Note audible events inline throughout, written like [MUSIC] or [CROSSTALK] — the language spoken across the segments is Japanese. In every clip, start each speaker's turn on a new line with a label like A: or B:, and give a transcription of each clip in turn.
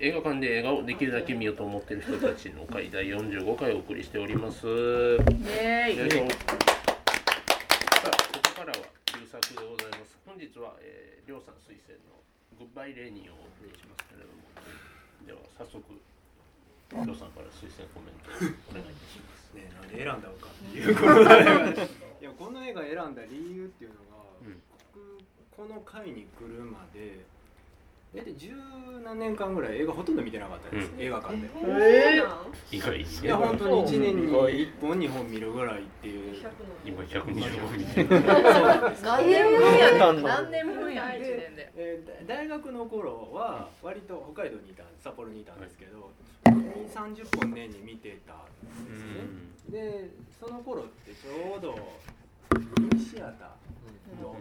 A: 映画館で映画をできるだけ見ようと思ってる人たちの会第45回お送りしております。よ
B: イエ
A: いし
B: ー
A: ょ
B: イ
A: さあここからは旧作でございます。本日は、えー、りょうさん推薦のグッバイレーニーをお送りしますけれども、では早速りょうさんから推薦コメントをお願いいたします。
C: ねなんで選んだのかっていうことだよねいやこの映画選んだ理由っていうのが、
A: うん
C: 僕この回に来るまで大体十何年間ぐらい映画ほとんど見てなかったです、
A: う
C: 映画館で。
B: え
A: 意外に
C: い
A: ね
C: や本当に1年に
D: うん
C: 1本2本見るぐらいっていう
A: 今125人いる。
B: 何年分や
D: なん
B: ねん
D: だ
B: 何年分やねん一年で
C: えーだ大学の頃は割と北海道にいた札幌にいたんですけど、2 3 0本年に見てたんですね、でその頃ってちょうどミニシアターの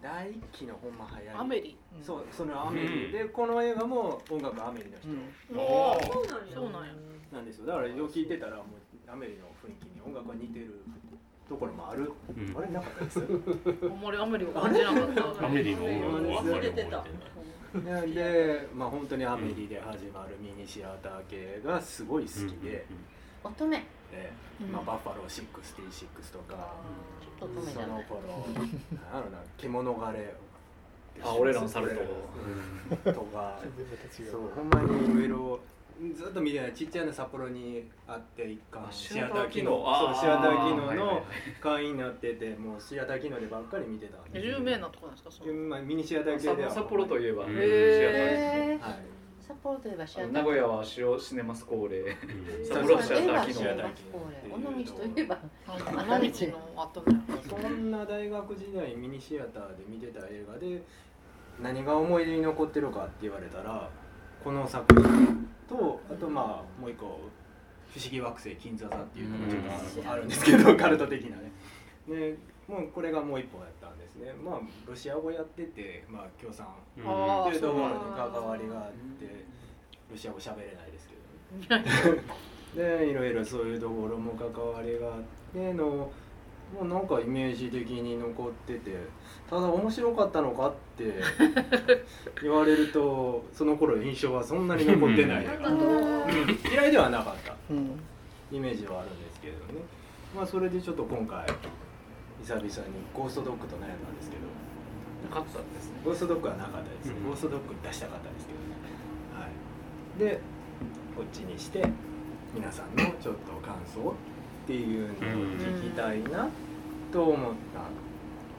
C: 第一期のほんま流行り
B: アメリ
C: そうそのアメリ、
A: うん
C: でこの映画も音楽アメリの人
A: うん
B: そうなんやそうなんや
C: なんですよだからよう聞いてたらもうアメリの雰囲気に音楽が似てるところもある、
A: うん
C: あれなかった
A: [LAUGHS]
C: です
B: あんまりアメリを感じなかった
A: アメリの音楽をあんまり覚えてない。
C: なんでまあ本当にアメリで始まるミニシアター系がすごい好きで、
E: 乙女
C: でまあ、バッファロー66とか、
E: ちょっと乙女
C: そ
E: じゃな
C: の
E: い
C: 頃なんだろうな獣枯れ
D: あ俺らのサル
C: と
D: ト
C: かそうほんまにいろいろずっと見てないちっちゃな札幌にあって一貫シアター機能そうシアター機能の会員になっててもうシアター機能でばっかり見てたんで
B: 有名なとこなんですかその
C: まあミニシアター系では
D: 札幌と
C: いう
D: いえば、
A: うん
B: へ
E: え
C: はい
E: ー札幌といえばシアター
D: 名古屋は塩シネマスコーレ
A: う
D: 札幌はシ
E: と
D: ア
E: い
D: タ
E: えば
D: ー
E: シ
D: 機
E: ア
D: 能
E: ター機能尾道といえば
B: 花道の後みたい
C: そんな大学時代ミニシアターで見てた映画で何が思い出に残ってるかって言われたらこの作品とあとまあもう一個「不思議惑星金座座」っていうのがちょっとあるあるんですけどカルト的なね。でもうこれがもう一本やったんですね。まあロシア語やっててまあ共産
B: あ
C: っ
B: ー
C: ていうところに
B: そうなんだ
C: 関わりがあってロシア語喋れないですけどね。でいろいろそういうところも関わりがあってのもうなんかイメージ的に残っててただ面白かったのかって
B: [LAUGHS]
C: 言われるとその頃の印象はそんなに残ってない嫌いではなかった
D: うん
C: イメージはあるんですけれどねまあそれでちょっと今回久々にゴーストドッグと悩んだんですけど
D: 勝ったんですね
C: ゴーストドッグはなかったです、
A: うん
C: ゴーストドッグ出したかったですけどねはいでこっちにして皆さんのちょっと感想っていうのを聞きたいなと思った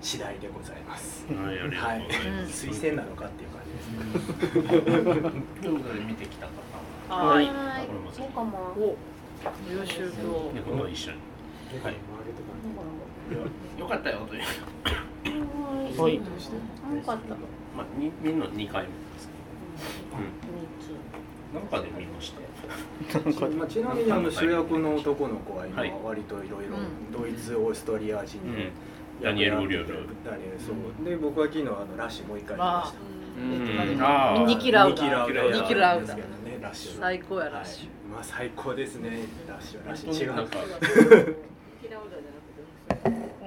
C: 次第でございます、
A: はい、ありが
C: はい
A: とうございます。
C: 推薦なのかっていう感じですね
A: ということで見てきた方
B: なはい
E: は
A: これも
E: い僕も
B: お優秀
A: は
B: と
A: 猫と一緒に。はいよかったよという。
E: はいよかった
A: まあ、に見るのは二回目ですけど。なんかで見ました。
C: まあ、ちなみにあの主役の男の子は今割といろいろドイツオーストリア人
A: うん
C: で、
A: ダニエル・オリオル。
C: ダニエルそうで僕は昨日あのラッシュもう一回見ました
A: うんあー
B: ニキラウ
C: ニ
B: ダ
C: キラウダ
B: ニキラウダ
C: ですけどねラッシュ
B: 最高やラッシ
C: はいまあ最高ですねラッシュラッシュ違
A: なん
C: う
A: か、
B: ュ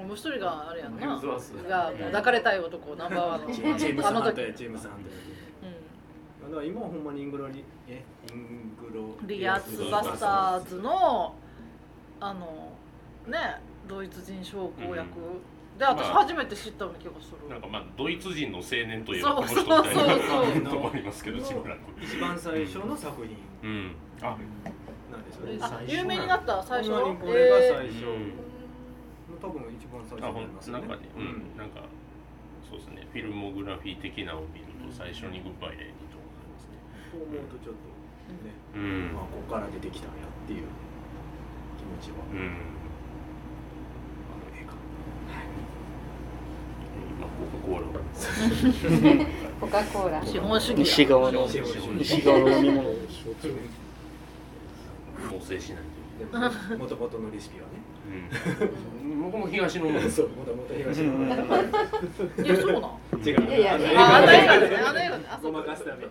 B: もう一人があれやん
D: ヘル
B: な
D: ズワース
B: がもう抱かれたい男ナンバーワンの
C: チーム
B: あ
C: サ
B: の
C: ン
B: 時
C: ドやチームサンドや
B: う
C: だから今はほんまにイングロリえイングロ
B: んリアス・バスターズのあのねドイツ人将校役で私
A: まあ
B: 初めて知ったような気がす
A: なん
B: る
A: かまあ、ドイツ人の青年という
B: そうそう
A: み [LAUGHS] たいな
B: そう
C: そう
A: ともありますけど、しばらく。
C: 一番最初の作品
A: うん。あ、
C: なんですよね
B: あ有名になった最初
C: ほんまにこれが
B: え
C: 最初、
A: うん
C: 多分一番最
A: あ、
C: 初に
A: ほ
C: な
A: ん
C: ります
A: な
C: よ
A: ん
C: ね
A: かね、うん、なんか、そうですね、フィルモグラフィー的なを見ると、最初にグッバイレイにと思いますね。
C: こう思うとちょっとね、
A: うん
C: まあ、ここから出てきたんやっていう気持ちは
A: う
C: あ
A: ん。
C: る映画
A: 今、こここう。
E: コカ・コーラ
B: ー資本主義や
D: 西側の
C: 西側の
D: 西側の飲み物
A: 猛
C: [LAUGHS]
A: 省しないという。
C: でももともとのレシピはね
A: うん、僕も東のものです。
C: [LAUGHS]
A: [LAUGHS]
C: そうもともと東の
D: うん
B: いやそうなん
C: 違
E: いや
C: う
E: いや
B: ああの映
C: あ
B: 画
C: の
B: でねあの映画でねあそ
C: ご
B: う
C: ま
B: か
C: かすために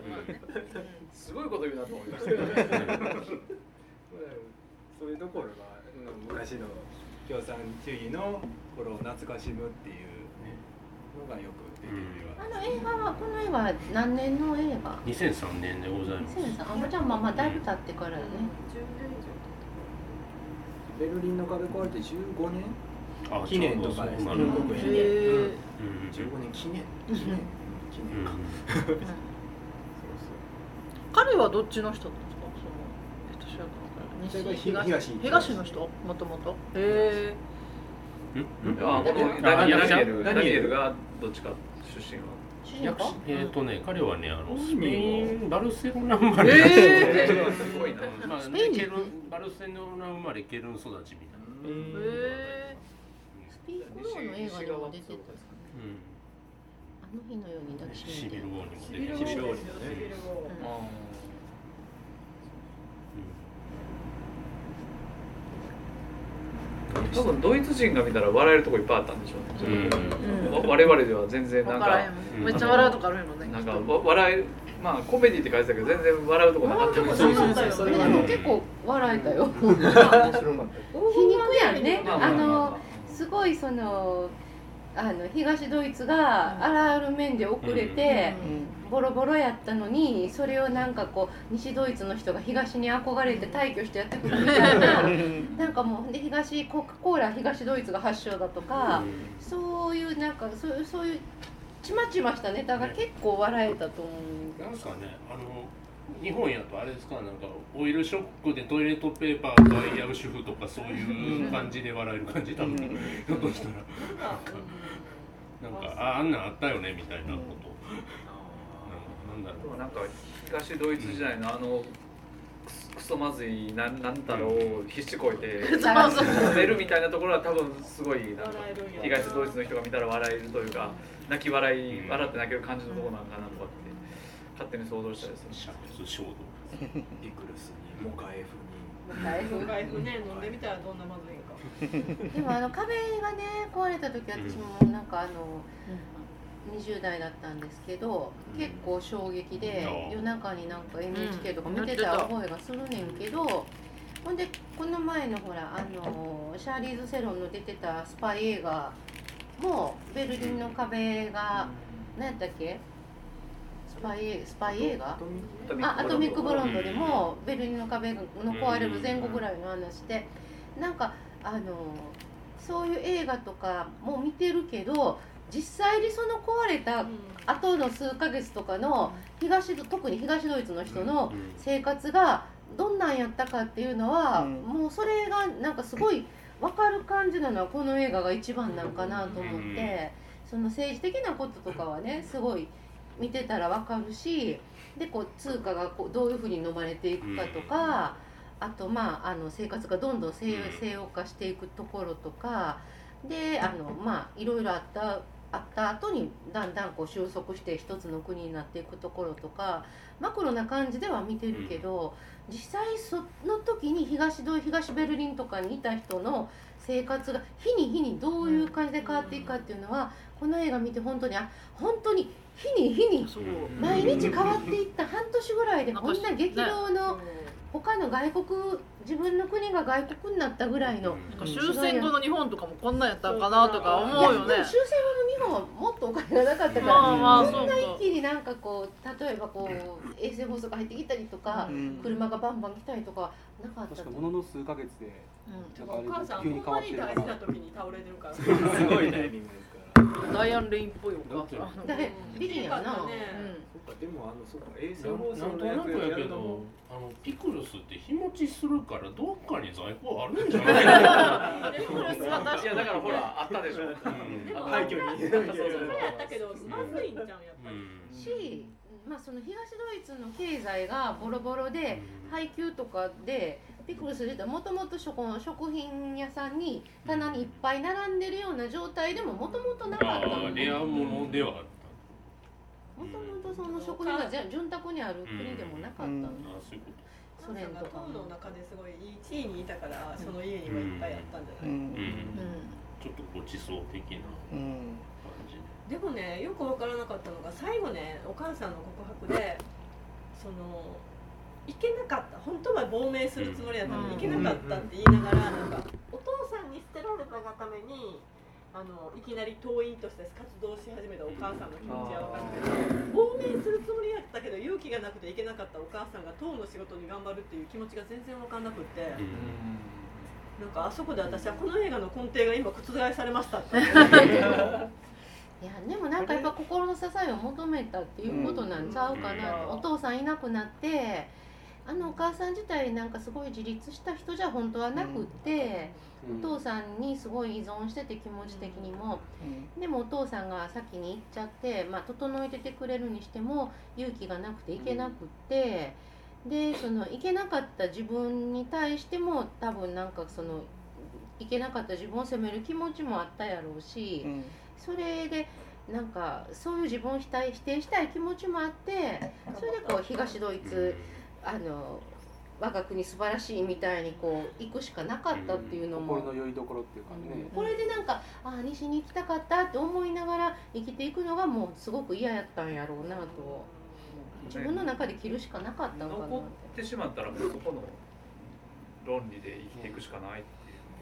D: すごいこと言うなと思いましたけどね
C: そういうところが昔の共産主義の頃を懐かしむっていう、のがよく出てる映
E: あの映画はこの映画は何年の映画
A: 2003年でございます
E: そうですあもうじゃあまあまあだいぶ経ってからよね
C: 画ベルリンの壁壊れて15年
A: あ
C: 記念とかです
A: そうな
C: ね
A: るほど
C: うん
B: へえ
A: うんうん
C: 15年記念記念記
A: う
C: 念
A: ん
C: か、
B: うん彼はどっちの人なんですかそのえっと
C: それ
B: 主役の
C: が
B: 彼
C: 東
B: 西東の人もともとへえ
A: うんうん
D: あこのダニエルダニエルがどっちか出身は
E: 主人公
A: えーとね、彼はね、あの
C: 何
A: スペイン、バルセロナ生ま
B: え
A: れ。
B: ー
D: すごいな
A: [LAUGHS] まあ
B: スペイ
A: ね
B: ン、人
A: ケルンバルセロナ生まれ、ケルン育ちみたいな。
C: う
B: へ
C: ん
B: え
E: スピークローの映画でも出てた
A: うん
E: あの日のように抱きし
A: シ
E: めて
A: ビル王にも出
F: ビル
A: てる
F: 王
A: し
F: です
A: うん
F: よねビル王
E: うん
D: あー多分ドイツ人が見たら笑えるとこいっぱいあったんでしょうね、
B: うん
D: わ我々では全然なん
B: 分からへ
D: か
B: ん
A: うん
B: めっちゃ笑うとかあるもんね
D: なんかわ笑えまあコメディって書いてたけど全然笑うとこなかったもん
F: そうそう
E: そう
F: そ
E: そうれでも結皮笑えた [LAUGHS] よ皮
C: 面白かった
E: 肉やんね
D: まあま
E: あ
D: あまあま
E: のすごいそのあの東ドイツがあらゆる面で遅れて、ボロボロやったのにそれをなんかこう西ドイツの人が東に憧れて退去してやってくるみたいななんかもうで東コカ・コーラ東ドイツが発祥だとか、そういうなんかそういうそういうちまちましたネタが結構笑えたと思う。
A: なんかね、あの、日本やとあれですか、なんかオイルショックでトイレットペーパーがやる主婦とか、そういう感じで笑える感じ、多分。ひょっとしたら、なんか、あ、あんなんあったよねみたいなこと。なんなんだ
D: で
A: ろ
D: も
A: う。
D: なんか東ドイツ時代のあのクソクソまずいなんなんだろうを必死こいて
B: そうそう
D: 食べるみたいなところは多分すごいなんか
F: 笑えるんやな
D: 東ドイツの人が見たら笑えるというか泣き笑い笑って泣ける感じのところなんかなとかって勝手に想像したりす
A: 煮
D: る
A: 沸衝動。
C: ピクルスにモカエフ
F: 外風ね飲んでみたらどんなまずいん
E: [LAUGHS]
F: か
E: でもあの壁がね壊れた時私もなんかあの20代だったんですけど結構衝撃で
A: うん
E: 夜中になんか NHK とか
B: うん
E: 見てた
B: やってた
E: 覚えがするねんけどほんでこの前のほらあのシャーリーズ・セロンの出てたスパイ映画もベルリンの壁が何やったっけスパイスパイ映画あアトミック・ブロンドでもベルリンの壁の壊れる前後ぐらいの話でなんかあのそういう映画とかも見てるけど実際にその壊れた後の数ヶ月とかの東ド特に東ドイツの人の
A: うん
E: 生活がどんなんやったかっていうのは、もうそれがなんかすごい分かる感じなのはこの映画が一番なんかなと思って、その政治的なこととかはねすごい見てたら分かるしでこう通貨がこうどういうふうに飲まれていくかとか、あとまああの生活がどんどん西洋
A: うん
E: 西洋化していくところとかであのまあいろいろあった。あった後にだんだんこう収束して一つの国になっていくところとかマクロな感じでは見てるけど、実際その時に東ドイ東ベルリンとかにいた人の生活が日に日にどういう感じで変わっていくかっていうのは、この映画見て本当にあ本当に日に日に
B: そう
E: 毎日変わっていった半年ぐらいでこんな激動の他の外国自分の国が外国になったぐらいの。
B: なんか終戦後の日本とかもこんなんやったんかなとか思うよ
E: いやで
B: ね
E: も終戦後の日本はもっとお金がなかったから、
B: まあまあそうか
E: 一気になんかこう例えばこう衛星放送が入ってきたりとか、車がバンバン来たりとかなかった
G: 確
E: と
G: か
E: 思う
G: ものの数ヶ月で
F: お母さんほんまに大事な時に倒れてるから
C: すごいタイミングですから
B: うんダイアン・レインっぽいお母さん
E: だって美人やな
B: うん
C: そっかでもあのそうか衛星
A: なん
C: 放送の
A: な
C: や
A: んとなく
C: つ
A: や
C: や
A: け
C: ると
A: ど
C: も
A: あのピクルスって日持ちするからどっかに在庫あるんじゃないか
F: でもこれは
D: いやだからほらあったでしょ
A: [LAUGHS] な、
F: でも
C: 廃墟に
D: そうそうそう
F: それやったけどまずいんじゃんやっぱり
E: し、まあ、その東ドイツの経済がボロボロで配給とかでピクルス出てもともと食品屋さんに棚にいっぱい並んでるような状態でももともとなかった
A: あ
E: も
A: あレア
E: と
A: ものではあっ
E: もとその食品がぜ潤沢にある国でもなかったの
A: たあそういうこ
E: ソ連とか
F: 党の
E: も
F: 中ですごいいい地位にいたからその家にはいっぱいあったんじゃない、
A: と、うん
B: う
A: ちょっとごちそう的な感じ
F: でもねよく分からなかったのが最後ねお母さんの告白でその行けなかった本当は亡命するつもりだったのに
B: うん
F: 行けなかったって言いながらなんかお父さんに捨てられたがためにあのいきなり党員として活動し始めたお母さんの気持ちは分かるけど亡命するつもりやったけど勇気がなくていけなかったお母さんが党の仕事に頑張るっていう気持ちが全然分かんなくって、
A: うん
F: なんかあそこで私はこの映画の根底が今覆されましたって
E: いやでもなんかやっぱ心の支えを求めたっていうことなんちゃうかなと、
D: うん
E: お父さんいなくなってあのお母さん自体なんかすごい自立した人じゃ本当はなくって、
C: うん
E: お父さんにすごい依存してて気持ち的にも、でもお父さんが先に行っちゃって、まあ、整えててくれるにしても勇気がなくて行けなくって、でその行けなかった自分に対しても多分なんかその行けなかった自分を責める気持ちもあったやろうし、それでなんかそういう自分を否定否定したい気持ちもあってそれでこう東ドイツあの我が国素晴らしいみたいにこう行くしかなかったっていうのも。
C: 心の良いところっていうかね、
E: これでなんかああ西に行きたかったって思いながら生きていくのがもうすごく嫌やったんやろうなと自分の中で着るしかなかったのかなっ
D: 残
E: て
D: ってしまったらもうそこの論理で生きていくしかないっていう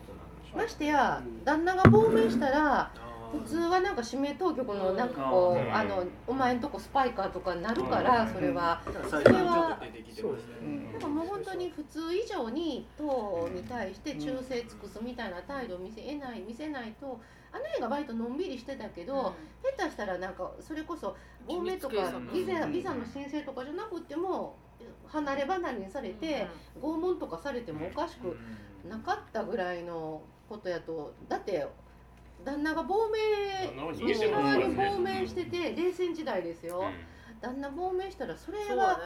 D: ことなんでしょう
E: ましてや旦那が亡命したら普通はなんか指名当局のなんかこ
D: うん
E: うあのお前んとこスパイかとかなるから
D: うん
E: それは
C: だから最初にちょっと出てきてそうまでしすたねよ
D: うん
C: ね
E: なんかもう本当に普通以上に党に対して忠誠尽くすみたいな態度を見せえない見せないとあの映画割とのんびりしてたけど、下手したらなんかそれこそ亡命とかビザビザの申請とかじゃなくても離れ離れにされて拷問とかされてもおかしくなかったぐらいのことやとだって旦那が亡命
A: 逃げ
E: 西
A: ても
E: 側
A: らう
E: に
A: んです
E: 亡命してて冷戦時代ですよ
A: うん
E: 旦那亡命したらそれ
B: そうだ
E: は
B: ね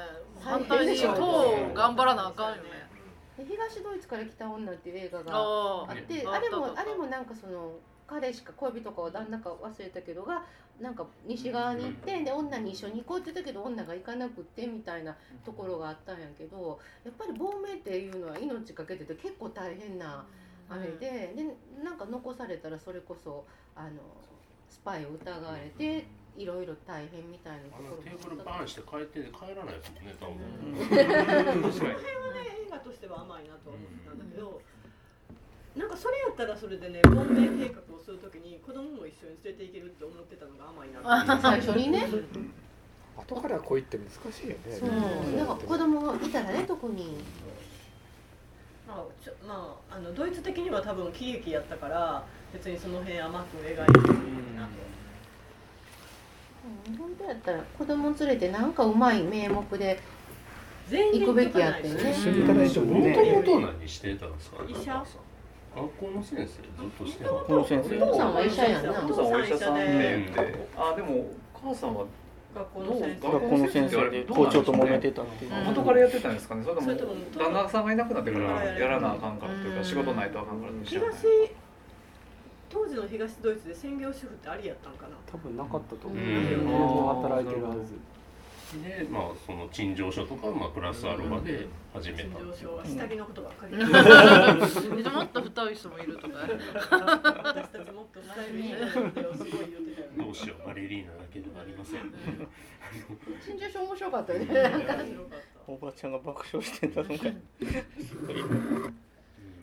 B: 反対に党を頑張らなあかんよね
E: で東ドイツから来た女っていう映画が
B: あ
E: あ
B: あ
E: って
B: うん
E: あれも
B: あったあった
E: あれもなんかその彼しか恋人かは旦那か忘れたけどがなんか西側に行ってで女に一緒に行こうって言ったけど女が行かなくってみたいなところがあったんやけどやっぱり亡命っていうのは命かけてて結構大変なあれででなんか残されたらそれこそあのスパイを疑われていろいろ大変みたいな
A: あ
E: とこ
A: のテーブル
E: ろもあっ
A: バーンして帰って帰らないですもんね多分、
D: 確かに
F: 映画としては甘いなと思ったんだけど、なんかそれやったらそれでね亡命計画をするときに子供も一緒に連れていけるって思ってたのが甘いなと思って
E: た最初にね
G: 後から恋って難しいよね
E: そうなんか子供がいたらね特に
F: まあちょまあ、あのドイツ的には多分喜劇やったから別にその辺甘く描いてるなと
E: うん本当やったら子供連れてなんかうまい名目で
F: 全員で行かないし
E: 行くべきやって
G: 一緒に行かないと
A: も
G: ね
A: ともと何してたんですか
F: 医者
A: なんかさ学校の先生ずっとしてた
F: 元
G: この先生
F: 々
E: お父さんは医者やんな
F: お
D: お父さん
F: 父
D: お
F: さん
D: 医
F: は医
D: 者
F: 者
D: さん
F: で
D: で、あでもお母さんは
F: 学校
D: どう
F: の先生
G: 学校の先生で校長と揉めてたっていう
B: うん
D: 元からやってたんですかねそれと
F: そ
D: も
F: れとも
D: 旦那さんがいなくなってから
F: うん
D: やらなあかんからという
B: う
D: か
B: ん
D: 仕事ないとあかんからって知らない
F: 東当時の東ドイツで専業主婦ってありやったんかな
G: 多分なかったと思う、
E: うん
B: [LAUGHS]
G: 全然働いてるはず
A: でまあその陳情書とか、まあ、プラスアルファで始め
F: 陳
A: た、
F: 情書は下着のことばっかり
B: でもっと太い人もいるとか
F: 私たちもっとスタイルいいなってすごい言ってたよね
A: どうしようバレリーナだけではありません、
E: 陳情書面白かったよね
F: 面白かった
G: おばちゃんが爆笑してたの [LAUGHS] が
A: うん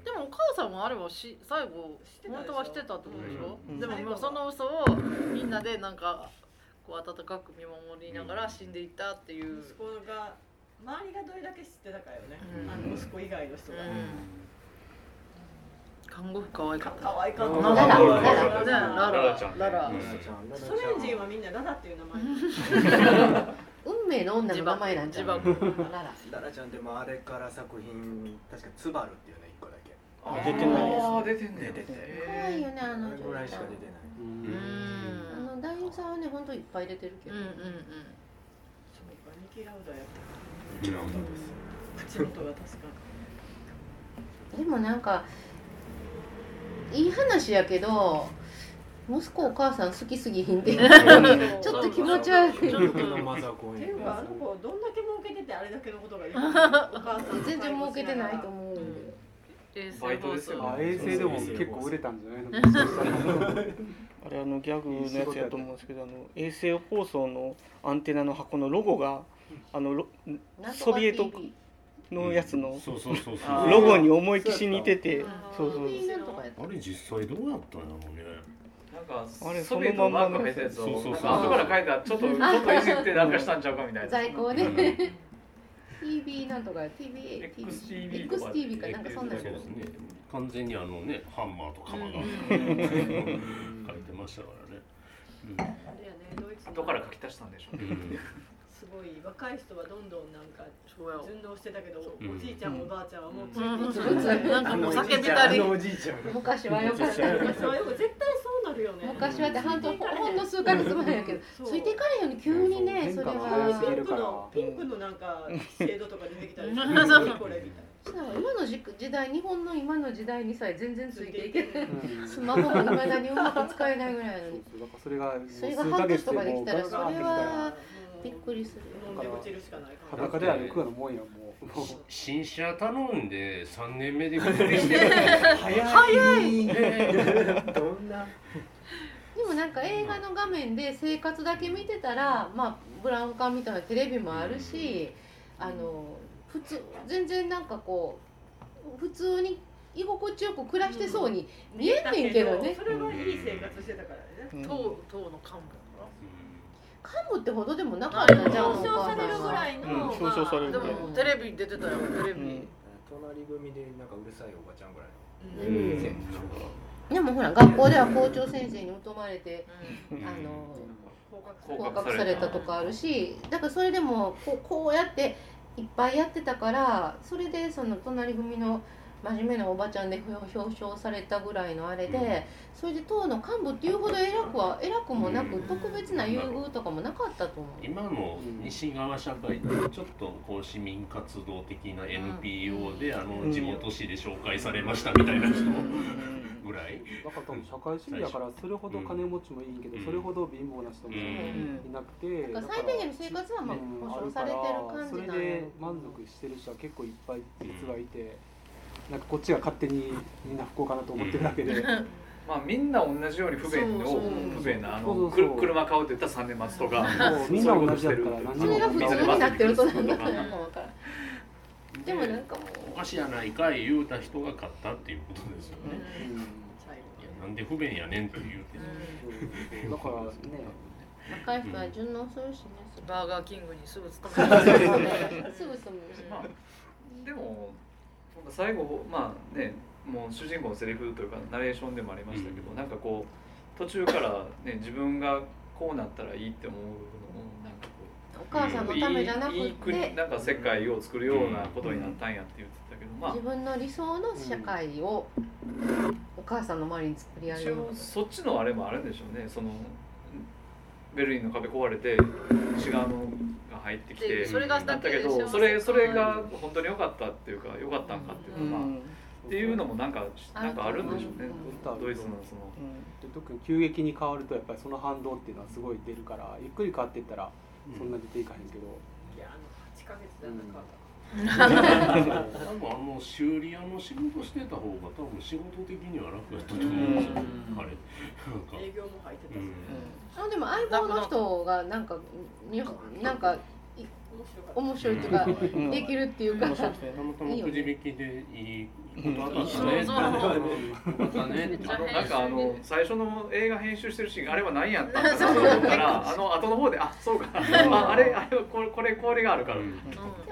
B: でもお母さんもあれはし最後
F: してたでし
B: 本当
F: ょ
B: はしてたってことでしょ、
G: うん
B: でも
F: うん
B: もうその嘘をみんなでなんかこう温かく見守りながら死んでいったっていう、
F: 息子が周りがどれだけ知ってたかよね、
B: うん
F: あの息子以外の人が、
B: 看護婦可愛かった
F: 可愛かった
B: ララ
G: ラ
B: ラ
D: ララちゃん
B: ララ
A: うん
F: ソ連人はみんなララっていう名前
E: [LAUGHS] 運命の女の名前なんじゃん
B: 自爆
E: あらら
C: ダラちゃんでもあれから作品確かツバルっていうね一個だけ
D: あ
G: 出てないです
D: あー出てんね
C: 出てて
E: 可愛いよねあの
C: あれぐらいしか出てない
B: うん
E: あの男優さんはね本当いっぱい出てるけ
B: うん
E: ど、
B: うん
F: そうかニキラウダやっ
A: なるほど
F: た口元が確か
E: でもなんかいい話やけど息子お母さん好きすぎひんでちょっと気持ち悪い
B: ちょっ
C: 僕のマザー公
F: って
C: 演
F: いうかあの子どんだけ儲けててあれだけのことがで
E: [LAUGHS]
F: きるのお母さんの
E: 全然儲けてないと
F: う
E: 思うんだけど、
B: 衛
D: バイトですよ
H: あ
D: ね
H: 衛星でも結構売れたんじゃないの
G: あれあのギャグのやつやと思うんですけどあの衛星放送のアンテナの箱のロゴがあのロ
E: なんとか
G: ソビエト
E: TV
G: のやつの
A: そうそうそうそう
D: あー
G: ロゴに思いっきし似てて
B: あ
G: そうそう
E: TV なんとかやった
A: あれ実際どうやったんやろうね
D: なんなんか
G: あれ
D: ソビエトのマークが入ったやつを
A: そのまんまの
D: なんか後から書いたらちょっとちょっといじってなんかしたんちゃうかみたいな。
E: 在庫をね TV なんとか TV
D: XTV とか
E: XTV かなんかそんな
A: そう
E: の
A: ですね完全にあのねハンマーと鎌が、
E: うん
A: 書いてましたからね、
F: あれやねドイツの
D: 後から書き足したんでしょう
A: う
D: ね。
A: んうん
F: すごい若い人はどんどんなんか
B: そうやわ
F: 順応してたけど
A: うん
F: おじいちゃんおばあちゃんはもうつ
B: うん
F: いていっちゃう
B: なんかもう
C: おじ
B: 叫
C: い
B: び
C: ちゃ
B: た
C: んあ
B: り
C: のおじいちゃん
E: 昔はよかった
F: 昔はよく絶対そうなるよね
E: 昔はって半とほんの数ヶ月前やけど
F: そう
E: ついていかれへんように急にねそ
H: そ
E: れ
H: う変化が
E: は
H: 早すぎ
F: ピン
H: る
F: クの
H: うん
F: ピンクのなんかシェードとか出てきたりして
B: うん
F: これみたい
E: 今の時時代日本の今の時代にさえ全然ついていけない
H: う
E: [LAUGHS]
H: ん
E: スマホも未だにうまく使えないぐらいなのに
H: そうだからそれがもう
E: それが
H: 数ヶ月でもうガ
E: 半年と
H: ラ
E: かできたら
H: ガラってき
E: それ
H: た
E: は
H: ら
F: な
E: びっくりする
F: 飲んで落ちるしかないか
H: 裸で歩くのもんやもうも
A: 新車頼んで3年目でびっくりしてる
C: 早い
E: [LAUGHS]
C: どんな
E: でもなんか映画の画面で生活だけ見てたら、まあ、ブラウン管みたいなテレビもあるし、あの普通全然なんかこう普通に居心地よく暮らしてそうに、見えんねんけどね
F: それはいい生活してたからね
G: うん
B: 党党の幹
E: 看護ってほどでもなかったじゃん
F: 表彰されるぐらいの、
G: うん表彰され
B: 部
G: る
B: で
G: ぐらい
B: もテレビ出てたよテレビ、
G: うん
C: 隣組でなんかうるさいおばちゃんぐらいの
F: う
A: うん
F: ん
A: うんなんか
E: でもほら学校では校長先生に疎まれて、
A: うん
E: あの
F: 合格
D: 合
E: 降
D: 格
E: 格されたとかあるしだからそれでもこうこうやっていっぱいやってたからそれでその隣組の真面目なおばちゃんで表表彰されたぐらいのあれで、
A: うん
E: それで党の幹部っていうほど偉くは偉くもなく、
A: うん
E: 特別な優遇とかもなかったと思う。
A: 今の西側社会ってちょっとこう市民活動的な NPO であの地元紙で紹介されましたみたいな人
G: うん
A: ぐらい、
H: うだから多分社会主義だからそれほど金持ちもいいけど、
A: うん
H: それほど貧乏な人も
A: うん
H: いなくて、
E: だから
H: だから
E: 最低限の生活はまあ
H: うん
E: 保障されてる感じ
H: それ
E: なんや
H: で満足してる人は結構いっぱい実はいて、なんかこっちが勝手にみんな不幸かなと思ってる
E: [LAUGHS]
H: だけで、
D: まあみんな同じように不便
B: そうそ
D: を
B: う
D: 不便なあ
H: そ
D: の
H: うそうそう
D: く車買うって言ったら3年待つとか
H: そうみんな同じだったら何
E: それが普通になってるとなんだからもう分からんでもなんかも
A: おかしやないかい言うた人が勝ったっていうことですよね、
H: うん
F: 最後
A: いやなんで不便やねんと言うて、
H: そうだからね
E: う若い人は順応するしね、
B: バーガーキングにすぐ勤められてる
E: [LAUGHS] すぐ住むし、
D: まあでもなんか最後まあねもう主人公のセリフというかナレーションでもありましたけど、なんかこう途中からね自分がこうなったらいいって思うのもなんかこう
E: お母さんのためじゃなく
D: いい
E: って
D: 国なんか世界を作るようなことになったんやって言ってたけど、まあ
E: 自分の理想の社会をお母さんの周りに作り上げ
D: 一
E: るの
D: 応そっちのあれもあるんでしょうねそのベルリンの壁壊れて違うのが入ってき
B: で
D: て
B: それが
D: だ
B: だ
D: ったけ
B: け
D: どそれそれが本当に良かったっていうか良かったんかっていう
G: う
D: のは、まあ
G: ん
D: っていうのもなんかなんかあるんでしょうね
H: うん
D: ドイツのその
H: で特に急激に変わるとやっぱりその反動っていうのはすごい出るからゆっくり変わっていったらそんな出ていかへんけど、
F: いやあの8ヶ月であんな変わった
A: 多分あの修理屋の仕事してた方が多分仕事的には楽やったと思うんですよ、あれなんか、
F: 営業も入ってたし、
A: うん
E: あでも相棒の人がなんかになんか
F: 面白かった
E: 面白いとか
G: うん
E: できるっていうか、
G: 面白くて
A: たまたまくじ引きでいいことあった
B: そうそう
A: ね、
H: う
A: よかったねって
B: そう
D: なんかあの最初の映画編集してるシーンあれは何やったんだろうと思っ
E: [LAUGHS]
D: たらあの後の方であそうかああれあれはこれこれこれがあるから、
E: で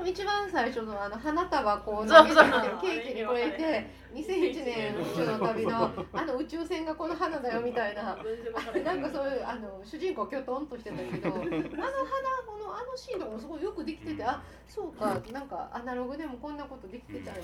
E: も一番最初のあの花束こう
B: そう
E: 投
B: そ
E: げ
B: う
E: てケーキにこれて2001年宇宙の旅のあの宇宙船がこの花だよみたいな。
F: 全然わから
E: なんかそういうあの主人公きょとんとしてたけ [LAUGHS] どあの花このあのシーンとかもすごいよくできててあそうかなんかアナログでもこんなことできてたんや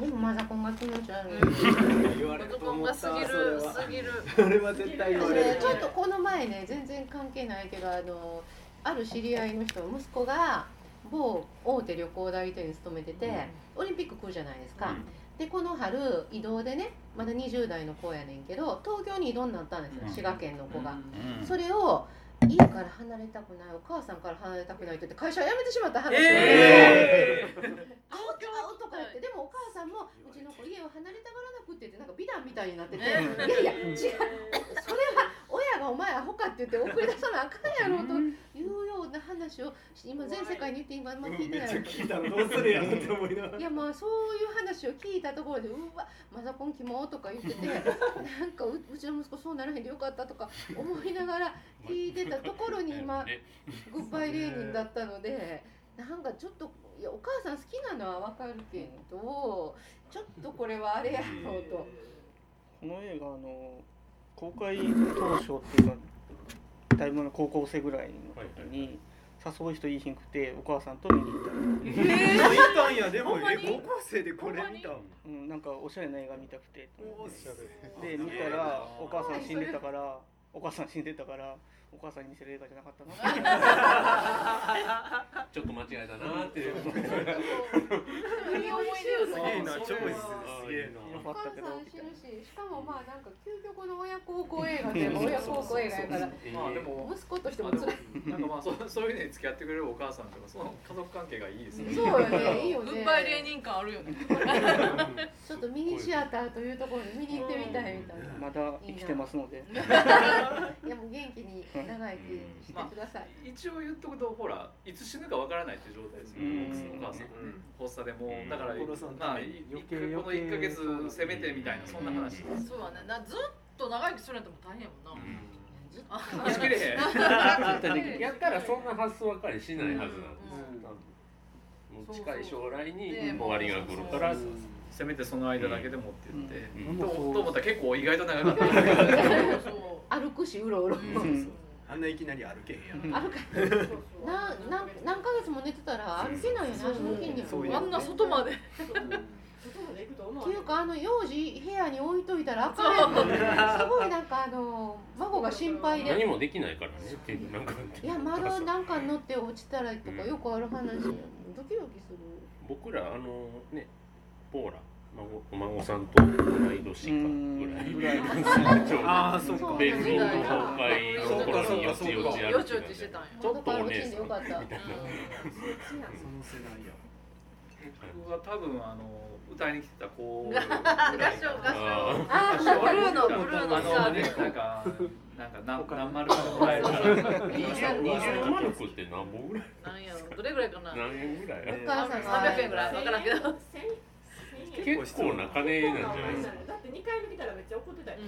E: でもマザコンが気持ち悪い、
C: 言わ
B: パ
C: れる
B: ソ
C: と
B: コン
C: 思
B: が
C: った
B: す
C: それ
B: ぎる
C: は
B: すぎる
C: それは絶対言われ
E: で
C: る
E: ちょっとこの前ね全然関係ないけどあのある知り合いの人息子が某大手旅行代理店に勤めてて、オリンピック来るじゃないですか、でこの春移動でねまだ20代の子やねんけど東京に移動になったんですよ、
A: うん
E: 滋賀県の子が。
A: うん
E: それを家から離れたくないお母さんから離れたくないって言って会社辞めてしまった話を、
D: えー
E: アウトアウトか言ってでもお母さんもうちの子家を離れたがらなくって言ってなんか美談みたいになってて、
B: え
E: いやいや
F: うん
E: 違うそれは親がお前アホかって言って送り出さなあかんやろというよような話を今全世界に言って今あんま聞いて
C: めっ
E: な
C: ちゃ
E: い。
C: 聞いたのどうするやんって思いながら
E: いやまあそういう話を聞いたところで「うわマザコンキモ」とか言っててなんかううちの息子そうならへんでよかったとか思いながら聞いてたところに今
A: ね
E: グッバイレーニンだったのでなんかちょっといやお母さん好きなのはわかるけどちょっとこれはあれやろうと。
G: この映画あの公開当初っていうかだいぶ前の高校生ぐらいの時に誘う人いいひんくてお母さんと見に行った、
B: え
C: 見たんやで
B: ほ
C: も
B: んま
C: え
B: に
C: 高校生でこれ見たん
G: うん、なんかおしゃれな映画見たくてと思
C: お
G: っ
C: ー
G: て
C: すごい
G: で見たらお母さん死んでた [LAUGHS] からお母さん死んでたからお母さんに見せる映画じゃなかったな [LAUGHS] って
A: ちょっと間違えたなーっていう
E: 無理思い出
C: す
E: る
C: げえなチョイス
A: それは
C: すげえな
G: よ
E: お
G: かっ
E: 母
G: たけど
E: さん死ぬししかもまあなんか究極の親孝行映画で親孝行映画やから
D: まあでも
E: 息子として
D: ま
E: も
D: あ
E: つ
D: で
E: ら
D: もなんかまあそうそういうのに付き合ってくれるお母さんとかその家族関係がいいですね。
E: そうよねいいよ
B: グ
E: ね
B: ッバイレーニン感あるよね
E: ちょっとミニシアターというところに見に行ってみたいみたいな。
G: まだ生きてますので
E: いやもう元気に長生きしてください。
D: 一応言っとくとほらいつ死ぬかわからないって状態ですよ、
G: うん
D: お母さんもね発作でも
A: うん
D: だから、
H: 殺すの
D: まあい
H: 余計
D: 一回この1か月せめてみたいなそんな話です、
B: そうだねなずっと長生きするのっても大変やもんな
D: 打ち切れへん
A: 絶対
G: [LAUGHS]
A: できるやったらそんな発想ばっかりしないはずなんですよ、もう近い将来に終わりが来るから
D: せめてその間だけでもって言って、
A: うん
H: うん
D: とと思ったら結構意外と長かった
B: そ
E: [LAUGHS] 歩くしうろうろ
B: う。
G: う
B: うん
G: ん
C: あんないきなり歩けへんやん
E: 歩かななん何ヶ月も寝てたら歩けないよね足の筋肉
H: そう
E: も
H: いう
B: あんな外まで
F: 外まで行くと思
E: っ
F: わ
E: て
F: ない
E: いうかあの幼児部屋に置いといたらあかんやんすごいなんかあの孫が心配
A: 何
E: で。
A: もできないからねっていうなんか
E: いや窓なんか乗って落ちたらとかよくある話やんドキドキする
A: 僕らあのねポーラ孫お孫さんと同い年かぐらいの成
C: ああそうか
E: そう
A: ベルリンの崩壊の頃によちよち歩
B: よちよちしてたんや
A: ちょっと
E: から
A: お
E: 落ち
A: 姉
E: んで
A: さ
E: よ
A: ん
E: かった
A: みたいな
C: その世代や
D: 僕は多分あの歌いに来てた子ぐらい
B: 合唱合
A: あ
B: 唱
E: あー
B: ブルーのブル
D: あ
B: ー
D: の
B: のさ
D: ねなんかなんか何何丸かもらえるから
A: あ20マルクって何本ぐらい
B: なんやろどれぐらいかな
A: 何円ぐらい
E: お母さんが
B: 300円ぐらいわからんけど
F: 1000円1000円
A: 結構な金なんじゃないですか
F: だって2回抜けたらめっちゃ怒ってたよ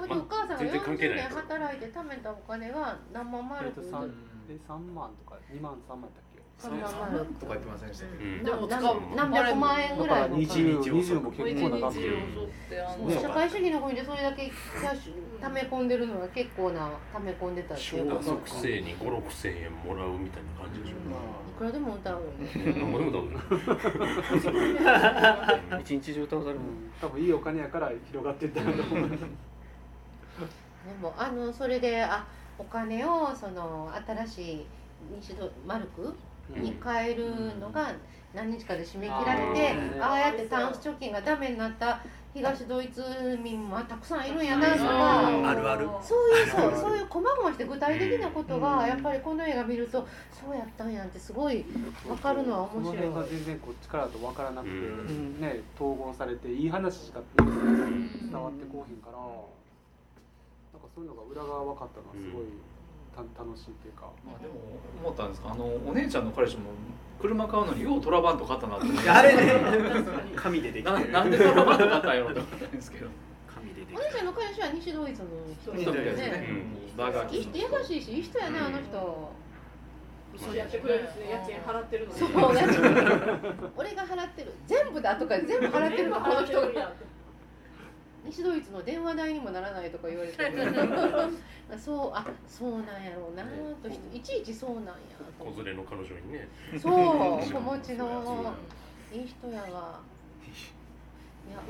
B: う
E: ほ
B: ん
E: んでお母さんが
A: 全然関係
E: 40
A: ない
E: 年働いて貯めたお金が何万マ
H: え
E: ル
H: っと
E: ク
H: 三え三万とか二万三万だっ
E: そんな
D: そん
E: マ
D: な
E: ル
D: ん
E: ク
D: とか言ってませんでしたっけ
A: うん
B: でも使う
E: 何百万円
H: け。
E: ぐ
H: だからら
E: いの
H: 二十二十も
B: 一
H: 結
B: 日
H: 構
B: を
H: な
B: そ
H: 額。
B: ってあの
E: そう社会主義の国でそれだけキャッシュ溜め込んでるのは結構な溜め込んでたってい
A: 小
E: うこ
A: 学
E: とい
A: 生に5、6千円もらうみたいな感じでし
H: ま
E: くらでも歌うよね
A: ょ。なんぼでもだもんね。
G: 一日中倒され
H: あう
G: る
H: ん多分いいお金やから広がってったんだと思う。
E: でもあのそれであお金をその新しい西ドマルクに変えるのが何日かで締め切られて
H: うん
E: ああやってタンス貯金がダメになった東ドイツ民もたくさんいるんやなとか。
C: あるある
E: そういうそうそういう細々して具体的なことがやっぱりこの映画見るとそうやったんやんってすごいわかるのは面白い
H: この辺が全然こっちからだと分からなくて、
A: うん
H: ね統合されていい話しか伝わってこうへんから、なんかそういうのが裏側分かったのはすごいた、楽しいっていうか。
D: まあでも思ったんですがあのお姉ちゃんの彼氏も車買うのにようトラバント買ったなって思って
C: あれね紙ででき
D: な
C: てる
D: なんでトラバント買ったんやろって思ったんですけど
C: 紙でできて
E: お姉ちゃんの彼氏は西ドイツの人
D: 人みたいですね
E: ね
D: うんバーガー
E: いい
D: キン
E: 人優しいしいい人やねあの人
F: そうやってくれるしね家賃払ってるのに
E: そう
F: う
E: 家賃俺が払ってる全部だとか
F: [LAUGHS]
E: 全部払ってるのこの人が西ドイツの電話代にもならないとか言われて [LAUGHS] そうあそうなんやろうなとひいちいちそうなんやと
A: 子連れの彼女にね。
E: そう子持ちのいい人やわ。いや、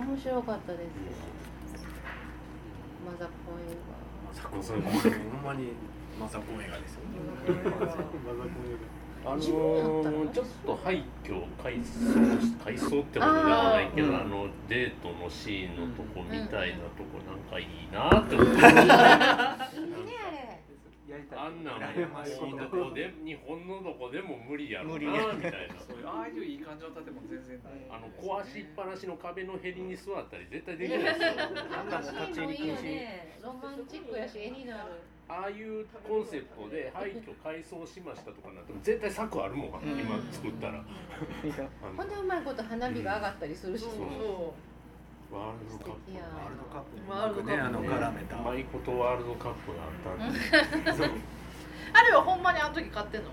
E: 面白かったです。マザコン
A: まさこさん、
C: ほんまにマザコン映画ですよね
E: 映画。
A: あのー、ちょっと廃墟を改装し改装ってことではないけど、
G: うん
A: あのデートのシーンのとこみたいなとこなんかいいなって思って。
E: いいね、あれ。
H: やりたい。
A: あんなんもうね
C: 羨ましいな
A: どこで日本のどこでも無理やろう
G: 無理
A: な
G: や
A: みたいな
D: そういうああいういい感じの建物全然ない、
A: あの壊しっぱなしの壁のへりに座ったり絶対できないですよ
E: 話もいいよね。ロマンチックやし、絵になる。
A: ああいうコンセプトで廃墟改装しましたとかなっても絶対策あるもん、
G: うん
A: 今作ったら
G: みたいな
A: あの
E: ほんでうまいこと花火が上がったりするし。
A: ワールドカップ
E: 素敵や
C: ワールドカップに
B: ワールドカップね
C: あの絡めた
A: うまいことワールドカップがあったんで
B: あれはほんまにあの時買ってんの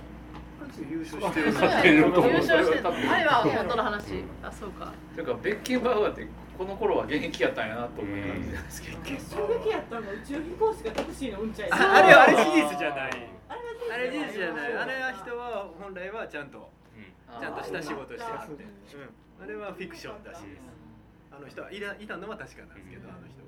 C: 優勝してる
E: そうや
A: 勝手に
E: ね
A: やると思う
B: 優勝してんの
D: それは多分
B: あれは本当の話あそうか
D: というかベッキンバウアーってこの頃は現役やったんやなと思い感じなんですけど、
F: 衝撃やったのが宇宙飛行士がタクシーのうんちゃい
C: ああれはあれシリーズじゃない
F: あれ
C: あれ事実じゃないあれは人
F: は
C: は本来はちゃんとちゃんとした仕事してはって、うん、あれはフィクションだしあの人はいらいたのは確かなんですけどあの人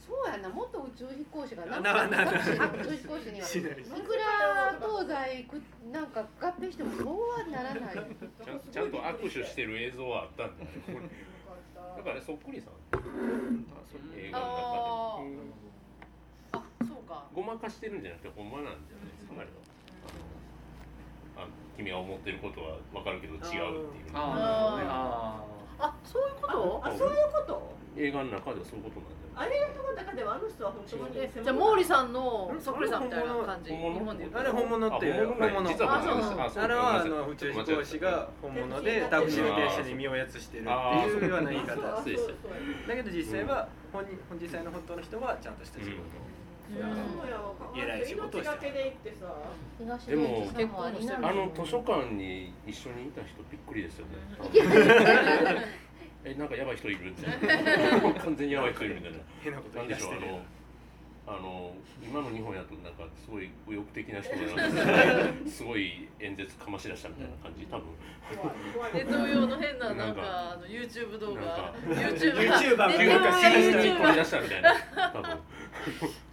E: そうやな、もっと宇宙飛行士がな
C: ななな
E: 宇宙飛行士には。
C: し
E: い
C: ない
E: くら東西くなんか合併してもそうはならない。
A: ちゃんちゃんと握手してる映像はあったんだよだからそっくりさん映画の中
B: あーあそうか
A: でごまかしてるんじゃなくてほんまなんじゃないですかあれはあのあ君は思ってることは分かるけど違うっていう
D: ああ
B: あそういうこと
F: あそういうこと
A: 映画の中ではそういうことなんじゃない
F: あれの中ではあの人は本当に
B: え
F: 専門
B: じゃあ毛利さんのそっくりさんみたいな感じ日
A: 本物
B: 本で言うと
C: あれ本物っ
A: あ
C: て
A: 本物ない実は本物
B: あそう
A: です
C: あれはあ
A: そうか
C: の宇宙飛行士が本物でタクシー運転手に身をやつしてるっていうような言い方
F: あ
C: だ
F: そうそうそう
C: けど実際は本人本実際の本当の人はちゃんとした仕事
F: そうやそうや
C: 偉い仕事をし
F: 命
C: た
F: がけで行ってさ
E: 東
A: でも
E: ドイツさんもありな
A: あの図書館に一緒にいた人びっくりですよね。えなんかやばい人いるみたいな。完全にやばい人いるみたいな。
C: 変なこと
A: なん
C: 言い
A: で
C: 出
A: し
C: し
A: ょう
C: てる
A: あのあの今の日本やとなんかすごい右翼的な人がすごい演説かまし出したみたいな感じ多分。
F: 怖い怖い
B: え同様の変な
A: な
B: なんん
A: か
B: かあの YouTube 動
A: なん
B: 画
A: か
B: YouTube
C: ユーチューバー
B: ネ
C: み
B: ッ
C: た
B: ト
C: いな感
B: フリ
C: じ
B: ユ
A: 左下
B: ーチ
A: に飛び
B: ューバー
A: 出したみたいな多分。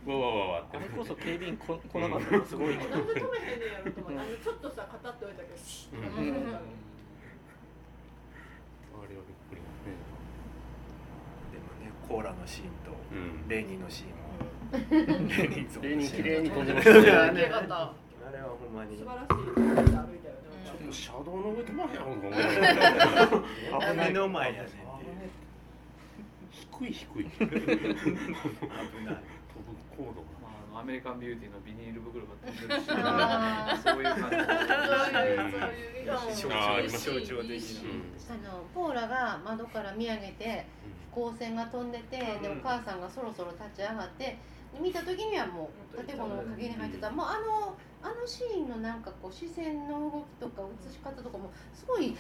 A: わわわわっ
G: あ
A: て
G: れ。こそ警備員こ来なかったのすごい
F: なんで止めへんねんやろと思ってあのちょっとさ語っておいたけどシッ
A: うん
F: 止められたの
A: あれはびっくり
C: でもねコーラのシーンと
A: だね。
C: レニーのシ [LAUGHS] ーンはレニー
A: うん。に綺麗に飛んでましたね。
B: 綺麗かった
C: あれはほんまに
F: 素晴らしい姿歩いたよね
A: もう車道の上飛ばへんやろうとか思いながら。
C: 目の前やねんって
A: 低い低い飛ぶ
C: 危ない
A: 高度
D: まあ、あのアメリカンビューティーのビニール袋が飛んでるし、そういう感じ
B: そういうそういう笑顔も
C: 象
A: あーあり
C: 徴
A: ました
C: 象徴的
A: が、
C: な
E: あのポーラが窓から見上げて光線が飛んでて、でお
C: うん
E: 母さんがそろそろ立ち上がってで見た時にはもう建物の陰に入ってた、もうあのあのシーンのなんかこう視線の動きとか映し方とかもすごい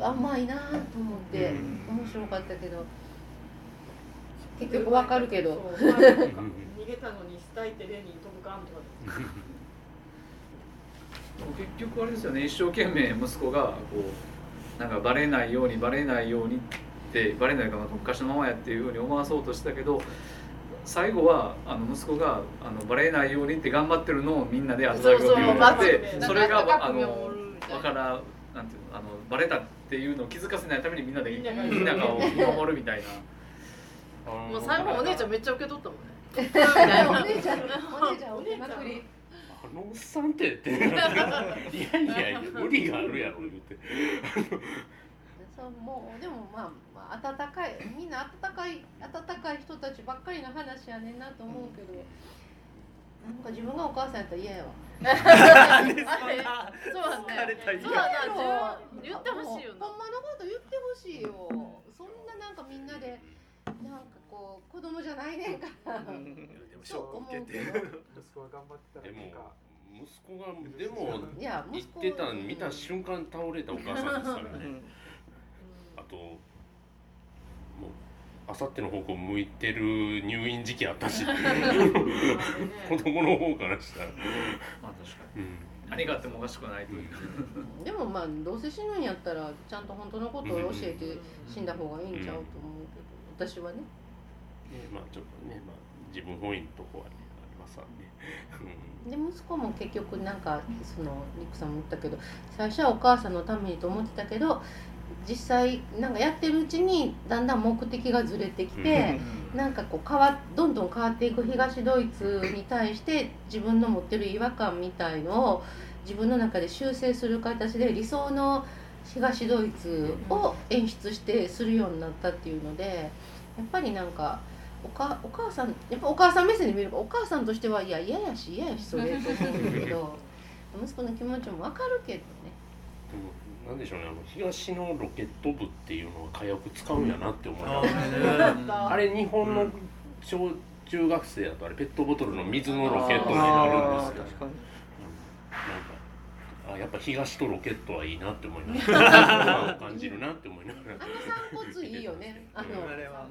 E: 甘いなと思って、面白かったけど結局わかるけど
F: そう怖いなんか逃げたのに死体ってレニー飛ぶかんとか
D: 結局あれですよね、一生懸命息子がこうなんかバレないようにバレないようにってバレないかな昔のままやっていうふうに思わそうとしたけど、最後はあの息子があのバレないようにって頑張ってるのをみんなで後先を見
F: そうそ
D: 守っ
F: う
D: て、
F: 松
D: それ
B: なんか
D: があ
B: 赤く見
D: の
B: 守るみたいな
D: わからなんていうのあのバレたっていうのを気づかせないためにみんなで
F: みんなが
D: みんながを見守るみたいな。
A: うん
B: もう最後お姉ちゃん
A: ん
B: めっちゃ受け取ったもんね
E: お姉ちゃんお姉ちゃんお手まくり
A: あのおっさんってっていやいや無理があるやろ言って
E: そうもうでもまあ、まあ、温かいみんな温かい温かい人たちばっかりの話やねんなと思うけど、なんか自分がお母さんやったら嫌やわ [LAUGHS]
B: あれそうなんだよ
C: 疲れた
B: そうなんだ
E: 嫌やわ
B: 自分言ってほしいよな
E: もうほんまのこと言ってほしいよそんななんかみんなでなんかこう子供じゃないねんから
C: でもショ
E: そう
C: ッ
E: 思
C: ク受
E: う
C: け
E: け
C: て
E: ど
H: 息子が頑張ってた
A: で
H: らなん
A: も
H: か
A: 息子がでも
E: いや
A: 言っ
E: 息子
A: てたん見た瞬間倒れたお母さんですからねあともうあさっての方向向いてる入院時期あったし子供の方からしたら、
D: まあ確かに
A: うん
D: 何があってもおかしくないというか、
E: でもまあどうせ死ぬんやったらちゃんと本当のことを教えて死んだ方がいいんちゃうと思うけど私はね
A: ねまあちょっとね、まあ、自分本位のとこは、ね、ありますわね。うん
E: で息子も結局なんかそのリクさんも言ったけど最初はお母さんのためにと思ってたけど実際なんかやってるうちにだんだん目的がずれてきて、なんかこう変わどんどん変わっていく東ドイツに対して自分の持ってる違和感みたいのを自分の中で修正する形で理想の東ドイツを演出してするようになったっていうのでやっぱりなんか。おかお母さんやっぱお母さん目線で見るからお母さんとしてはいや嫌やし嫌やしそれと思うんだけど息子の気持ちもわかるけどね
A: もなんでしょうねあの東のロケット部っていうのは火薬使うんやなって思いましたあれ日本の小中学生だとあれペットボトルの水のロケットになるんです
G: あー
A: けど
G: 確かに
A: なんかあやっぱ東とロケットはいいなって思いました今を感じるなって思いながら
E: あの散骨いいよねあの
A: う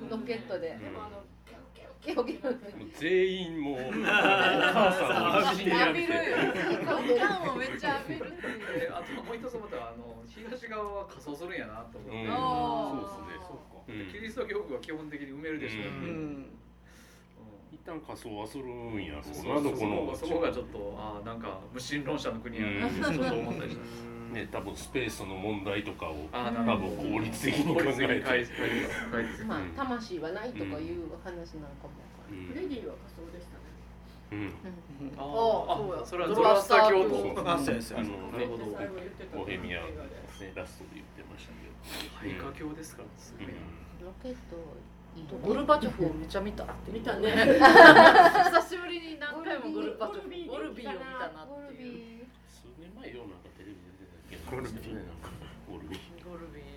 A: ん
E: ロケットで
F: でもあの
E: ゲロゲロ
A: もう全員もうお母さんを必死に浴びて
B: 缶をめっちゃ浴びるっていう
D: で [LAUGHS] あともう一つ思ったのはあの東側は仮装するんやなと思って、
A: うん
B: あー
A: う
D: でキ
A: ん
D: リスト教区は基本的に埋めるでしょうね、
A: う
G: うんん
A: 一旦仮装はするんやろ
D: そう
A: うなどこの
D: そこがちょっとあーなんか無神論者の国やなってちょっと思ったりした、
A: ね多分スペースの問題とかを
D: あー
A: 多
D: なる
A: 分
D: ほど
A: 効率的に考
D: 法律的
A: え
D: に
A: て
D: 解決解決解決
E: まあ魂はないとかいう話なんかも
A: う
F: フレデ
A: ん
F: ィは仮装でしたね
A: うん
D: あ
B: そう
D: ー
B: や
D: あそれはゾロアスター教
A: そう
D: 徒
A: そう
C: あそうです
A: あの
D: なる
A: ね
D: ほど
F: で最後言ってた
A: ボヘミアン
F: 映
A: の
F: 画で
A: ねラストで言ってましたけ
D: 廃家教ですからすごい
A: ど
D: な、
E: ロケットいいよね
B: ゴルバチョフをめっちゃ見たっていう
F: 見たね
B: 久しぶりに何回もゴルバチョフゴ
F: ゴ
B: ル
F: ル
B: ビ
F: ビ
B: ー
F: ー
B: を見たなっていう
A: 数年前よなんかテレビで出てたけどなんかねなんかゴルビー
B: ゴルビー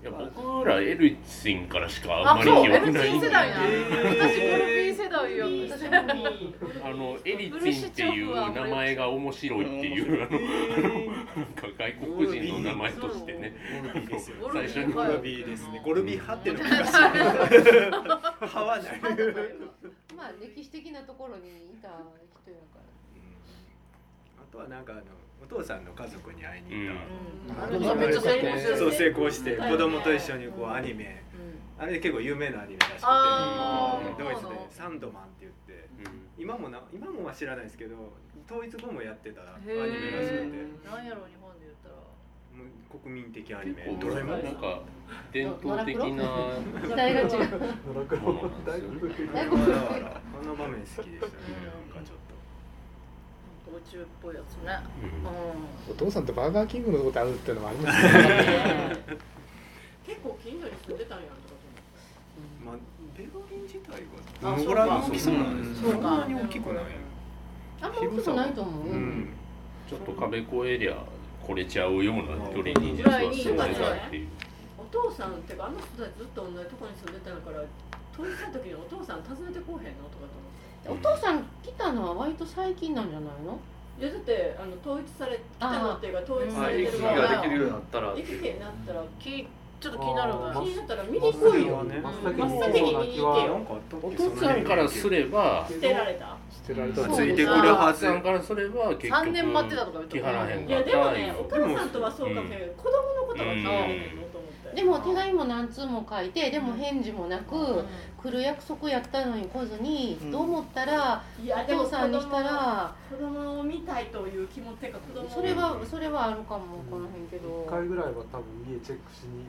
A: いや僕らエルツィンからしかあん
B: あ
A: まり
B: そう
A: 記
B: エ
A: 憶
B: ルチ
A: ない
B: ン
A: んで
B: 世代や、
C: えー
B: 私ゴルビー世代や
F: 私も
A: あのエリツィンっていう名前が面白いっていうあのなんか外国人の名前としてね
C: ゴルビーですよ
B: ゴル
A: 最
B: ビ
A: 初
B: ー
A: に
B: か
C: ゴ
B: よ
C: ルビーですねゴルビー派っていうのが
A: [LAUGHS]
C: 派はない
E: まあ歴史的なところにいた人やから
C: あとはなんかあのお父さんの家族に会いに行っ
B: うん
C: た、
B: あ
F: う
B: れ
F: ん
B: もめっちゃ成功してる
C: そう成功して
B: うん
C: 子供と一緒にこうアニメあれ結構有名なアニメらしくて
B: あ
A: ー
C: ドイツで
B: そうなの
C: 「サンドマン」って言って今もな今もは知らないですけど統一後もやってたアニメらしくて
B: へーなんやろ日本で言ったら
C: もう国民的アニメ
A: うん、
C: ドラえもん
A: なんか伝統的なも
E: 時代が違
A: のなん
E: う
A: ですよね
C: あらあらこの場面好きでしたねなんかちょっと。
B: なんか宇宙っぽいやつねう
I: お父さんとバーガーキングのことあるっていうのもあります
B: ん
I: ね
F: 結構近所に住んでたんやんとかと思って
C: まあ、ベルリン自体
B: あ
C: がどのぐらいの
B: そ
C: 大
B: うか
C: きさなんです
B: そう
C: か
B: か
C: そんなに大きくない
E: あんま大きくないと思う、
C: うん
A: ちょっと壁越えりゃこれちゃうような距離に実は住んでたっていう
F: お父さんってかあの人たちずっと同じとこに住んでたんやから統一した時にお父さん訪ねてこうへんのとかと思って
E: お父さん来たのは割と最近なんじゃないの
F: いやだってあの統一されたのっていうか統一
D: ま
F: さ
D: あ
F: れ
D: 駅
F: てる
D: がで
F: 側
D: きるようになったらって
F: 駅
D: いう
F: きになったら
B: きちょっと気になる
H: あ
B: な
H: ー
F: 気になったら見に来いよ
H: ね
C: 真
H: 真
C: っ
H: っ
C: 先に
H: 先に
F: 真っ先に見に行け
C: な
F: よ
C: んかあったっけ
A: お父さんからすれば
F: 捨てられた
I: 捨てられた
C: そ
I: ら
C: の
I: つ
C: 辺
I: い
C: に
I: て
C: ついて
I: く
C: く
I: る
C: る
A: お
C: は
A: 母
C: ず
A: さんからすれば結局
B: 三年待ってたとか言って
A: 来
B: たもん
A: は
B: ね
A: らへん
F: い
A: か
F: や
A: った
F: で
A: いう
F: もねお母さんとはそうかもしれないけど子供のことは気になるけどと思って
E: でも手紙も何通も書いてでも返事もなく、来る約束やったのに来ずに、
G: うん
E: どう思ったら
F: い
E: お
F: やでも
E: 父
F: 子
E: さんに
F: 供
E: したら
F: 子供を見たいという気持ちっていうか子供を
E: それはそれはあるかもこの辺け
H: 一
E: ど
H: 回ぐらいは多分家チェックしに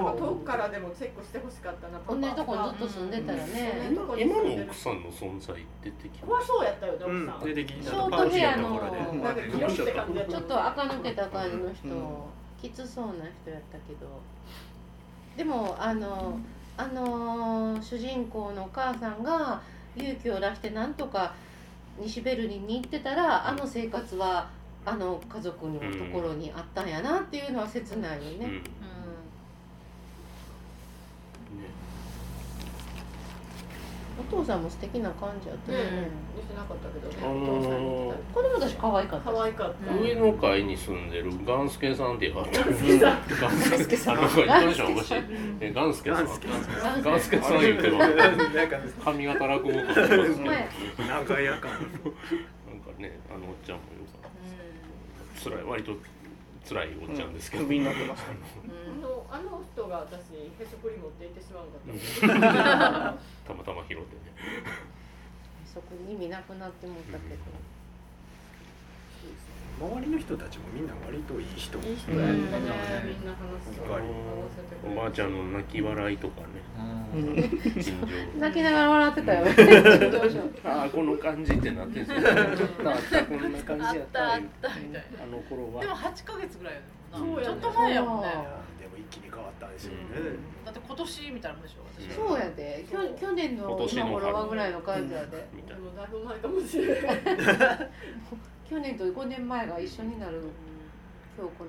F: うんなんか遠くからでもチェックしてほしかったなパパ
E: 同じとこにずっと住んでたらね、
F: 同じとこに
A: 今
F: 住
A: の
F: んでる
A: 奥さんの存在出てきま
F: 怖
A: し
F: そうやったよね奥さん、
C: 出てき
E: シ
C: た
E: ョートヘアの
F: なんかギロって感じやった
E: ちょっと垢抜けた感じの人、
G: うん
E: きつそうな人やったけどでもあのあの主人公のお母さんが勇気を出してなんとか西ベルリンに行ってたらあの生活はあの家族のところにあったんやなっていうのは切ないよ
A: た。うん
E: ね、
B: う
A: ね
E: お父さんも素敵な感じやったよね、
F: してなかったけどね、
A: あのー
E: 子供たち可愛かったし
F: 可愛かった、
A: 上の階に住んでるガンスケさんって言われてる。
F: 好きだ
A: ガンスケさん。あの人おかしい。えガンスケさん。ガンスケさん言うても
C: [LAUGHS] なんか
A: 髪型落語家ってますけど。なんか
C: 長屋感
A: ねあのおっちゃんもよかっ
B: ん
A: た辛い割と辛いおっちゃんですけど。
G: クビになってましたね
F: あのあの人が私へそくり持って行ってしまうんだった
A: たまたま拾ってね。
E: そこに意味なくなって思ったけど、
C: [LAUGHS] 周りの人たちもみんな割といい人
E: いい人だよね、みんな話すと
C: やっぱり
A: おばあちゃんの泣き笑いとかね
G: うん
A: 尋常
E: 泣きながら笑ってたよねどうしよう
A: ああこの感じってなってんすよね
G: ちょっとあったこんな感
B: あ
G: じ
B: っ
G: やった
B: たあ
G: あ
B: ったみたい
A: あの頃
B: な
A: は
B: でも8ヶ月ぐらいだもんなち
F: そ
B: ょっ
F: うやね
B: と前やもんね
C: でも一気に変わったんでしょう
A: う
C: ね、
B: だって今年みたいなもんでしょ私
E: そうやできょ去年
A: 今
E: の
A: 年の
E: 今
A: 春
E: 頃はぐらいの感じやで、
A: みたいな
F: もうだいぶ前かもしれない。
E: 去年と5年前が一緒になる今日こ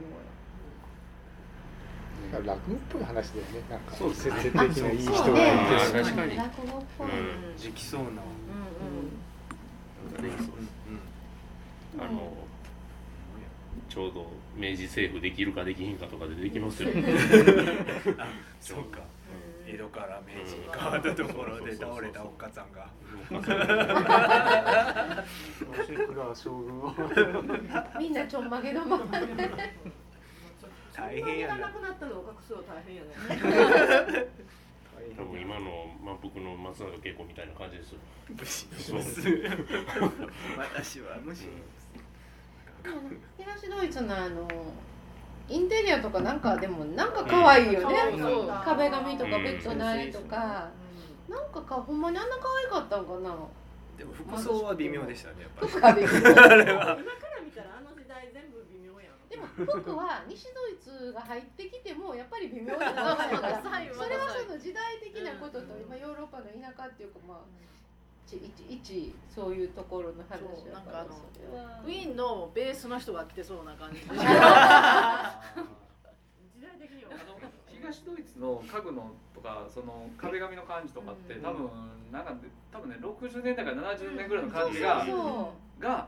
E: の頃
I: 落語っぽい話だよねなんか
A: そうです
I: 設
A: ね
I: 定的ないい人
E: そう
I: がい
E: ね
A: あー確かに
E: 落語っぽい、
A: うん
C: 時期そうな、
E: う
A: なんかねあのちょうど明治政府できるかできひんかとかでできますよね
C: そうか江戸から明治に
A: うん
C: 変わったところで倒れたおっかさんが
H: 徳川将軍
E: ん
H: を
E: うん、みんなちょんまげのまま
C: 大変や
F: そん
C: な
F: なにがなくなったのを隠すの大変やね。
A: 多分今の満腹の松永恵子みたいな感じですよ
C: 武士
A: そう
C: 私は無視
E: 東ドイツのあのインテリアとかなんかでもなんか可愛いよね、
F: うん可愛かった
E: 壁紙とかベッドのあれとか、なんかかほんまにあんな可愛かったのかな
C: でも服装は微妙でしたねやっぱ
E: と
C: り
E: かで
F: 今から見たらあの時代全部微妙やん。
E: でも服は西ドイツが入ってきてもやっぱり微妙だなとか
B: [LAUGHS]
E: それはその時代的なことと今ヨーロッパの田舎っていうかまあ一一一そういうところの話
B: そう
E: だ
B: なん
E: か
B: からあの
E: それは
B: ウィーンのベースの人が来てそうな感じで
F: 時代的には。
D: あの東ドイツの家具のとかその壁紙の感じとかって多分なんか多分ね60年代から70年ぐらいの感じ
E: そ
D: が
E: うそう
D: が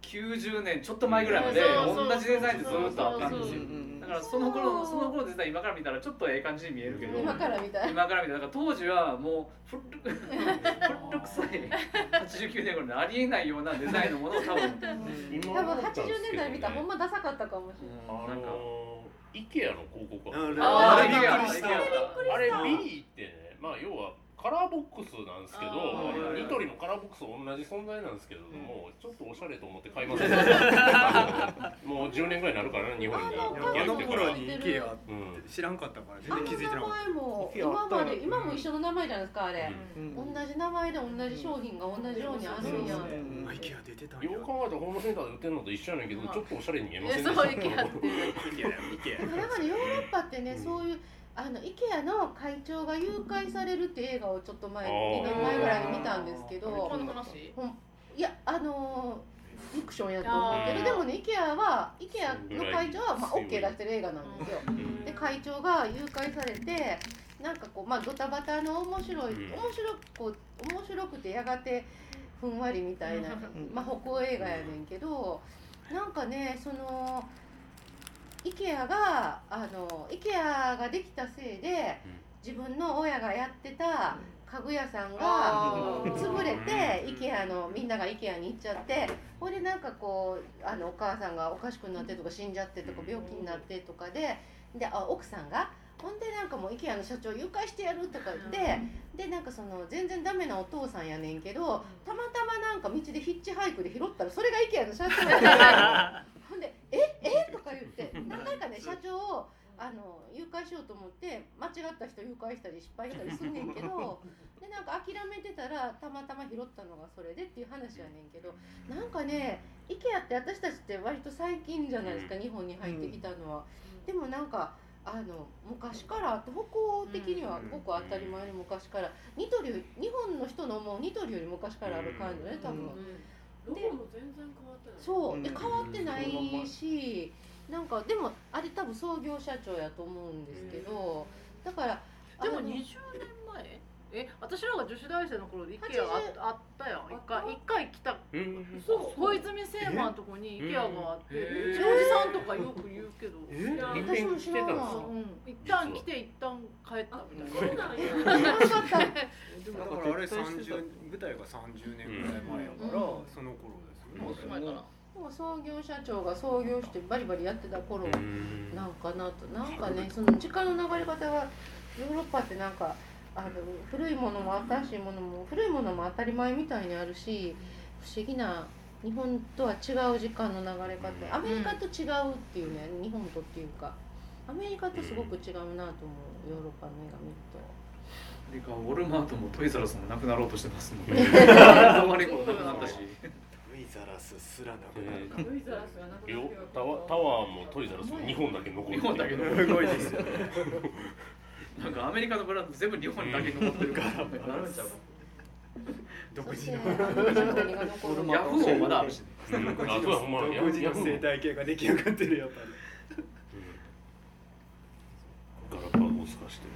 D: 90年ちょっと前ぐらいまで
B: そうそう
D: 同じデザインでずっとあったんですよ
G: そうそうそう
D: だからその頃の
E: そ
D: そうの頃のデザイン今から見たらちょっとええ感じに見えるけど
E: 今からみたいな
D: 今から見たらなんか当時はもう古く古臭い89年頃のありえないようなデザインのも
C: [LAUGHS]
D: のを多分うん
A: 今
E: 多分
A: 思ったんです
E: 80
A: けどね
E: 年代見たらほんまダサかったかもしれない
A: あ
D: なんか
A: の IKEA の広告あった
C: あ
D: あ
C: れびっくり
D: れ
C: した
A: あれビリーってねまあ要はカラーボックスなんですけど
D: あー
A: ニトリのカラーボックスと同じ存在なんですけどもちょっとおしゃれと思って買いませんもう10年ぐらいになるからね日本に
C: あの頃に IKEA っ
A: うん
C: て知らんかったから
E: あ
C: 全
E: の
C: 然気づいてなか
E: 名
C: っ
E: 前も
G: いやあ
E: 今
G: ったよ
E: まで今も一緒の名前じゃないですかあれ、
G: うん
E: 同じ名前で同じ商品が同じようにあるんや、
G: うん
C: た
G: うん
C: IKEA 出てたんや
A: よく考えたらホームセンターで売ってるのと一緒やねんけど、
B: まあ
A: ちょっとおしゃれに見えませ
B: え
A: んで
B: そ
A: し
B: う
A: た。
B: 行き合ってる
C: IKEA だ IKEA
E: だからヨーロッパってね、
A: うん
E: そういうあの IKEA の会長が誘拐されるって映画をちょっと前
A: あー
E: 2年前ぐらいに見たんですけ
B: こ
E: ど
B: の話
E: いやあのーフィクションやと思うけ
A: あ
E: ど
A: ー
E: でもね IKEA は IKEA の会長は、まあ、
A: 強い
E: OK 出してる映画なんですよ。
A: ん
E: で会長が誘拐されてなんかこうまあドタバタの面白い、
A: うん
E: 面白くこう面白くてやがてふんわりみたいな、
G: ん
E: まあ、北欧映画やねんけど、なんかねその IKEA があの IKEA ができたせいで自分の親がやってた家具屋さんが
B: あー
E: 潰れて
A: うん
E: IKEA のみんなが IKEA に行っちゃってほいでなんかこうあのお母さんがおかしくなってとか死んじゃってとか病気になってとかでであ奥さんがほんでなんかもう IKEA の社長誘拐してやるとか言ってでなんかその全然ダメなお父さんやねんけどたまたまなんか道でヒッチハイクで拾ったらそれが IKEA の社長やねん
B: [LAUGHS]
E: ほんで「ええとか言
A: [LAUGHS]
E: って何回かね社長をあの誘拐しようと思って間違った人誘拐したり失敗したりすんねんけどでなんか諦めてたらたまたま拾ったのがそれでっていう話やねんけどなんかね IKEA って私たちって割と最近じゃないですか日本に入ってきたのは。でもなんかあの昔からあって北欧的には
A: うん
E: ごく当たり前に昔からニトリより日本の人の思うニトリより昔からある感じね多分。
F: ロゴも全然変わってない。
E: そうで
G: うん
E: 変わってないしなんかでもあれ多分創業社長やと思うんですけどだから
B: でも
E: あ
B: 20
E: の
B: 年前え私らが女子大生の頃で IKEA ああったやん一回一回来た
A: うん
F: そう。
B: 小泉聖馬のとこに
A: え
B: IKEA があってう
D: え
B: ちのおじさんとかよく言うけど
C: え
F: いや
A: 一
E: 私
A: 遍
E: も
A: 来
E: 知
A: て
E: ら
A: たんで
E: んわ
A: す
E: う
A: よ。
E: ん
B: 一旦来て一旦帰った
F: あ、
B: みたい
F: そう
B: な
F: な
E: え
F: ん
E: 知
F: や。
E: らなかった
C: だからあれ30舞台が30年ぐらい前やか
E: う
C: ら、
E: ん
C: その頃ですよね、
G: もう
B: 前かな
E: でも創業社長が創業してバリバリやってた頃
A: うん
E: なんかなとなんかねその時間の流れ方がヨーロッパってなんかあの古いものも新しいものも古いものも当たり前みたいにあるし不思議な日本とは違う時間の流れ方アメリカと違うっていうね、日本とっていうかアメリカとすごく違うなと思うヨーロッパの映画見ると。
D: アメリカはウォルマートもトイザラスもなくなろうとしてますもん [LAUGHS] ね。あまりこなくなったし。
C: イザラスすらなくなる
A: え
C: か、
F: ルイザラスがなく
A: ー
F: な
A: よ
F: る
A: タワタワーもトイザラスも日本だけ残る
D: 日本だけ残るすごいですよね。なんかアメリカのブランド全部日本にだけ残ってるから、なるんちゃうか
C: 独
E: そし
C: 自
E: て
C: の
E: 何が残る
D: も
E: の
D: ヤフーもまだあるしね。
A: うんあそうだほんまや
C: 独自
A: ヤ
C: の
A: フーも
C: 生態系が出来上がってるやっぱり
A: ガラパゴス化して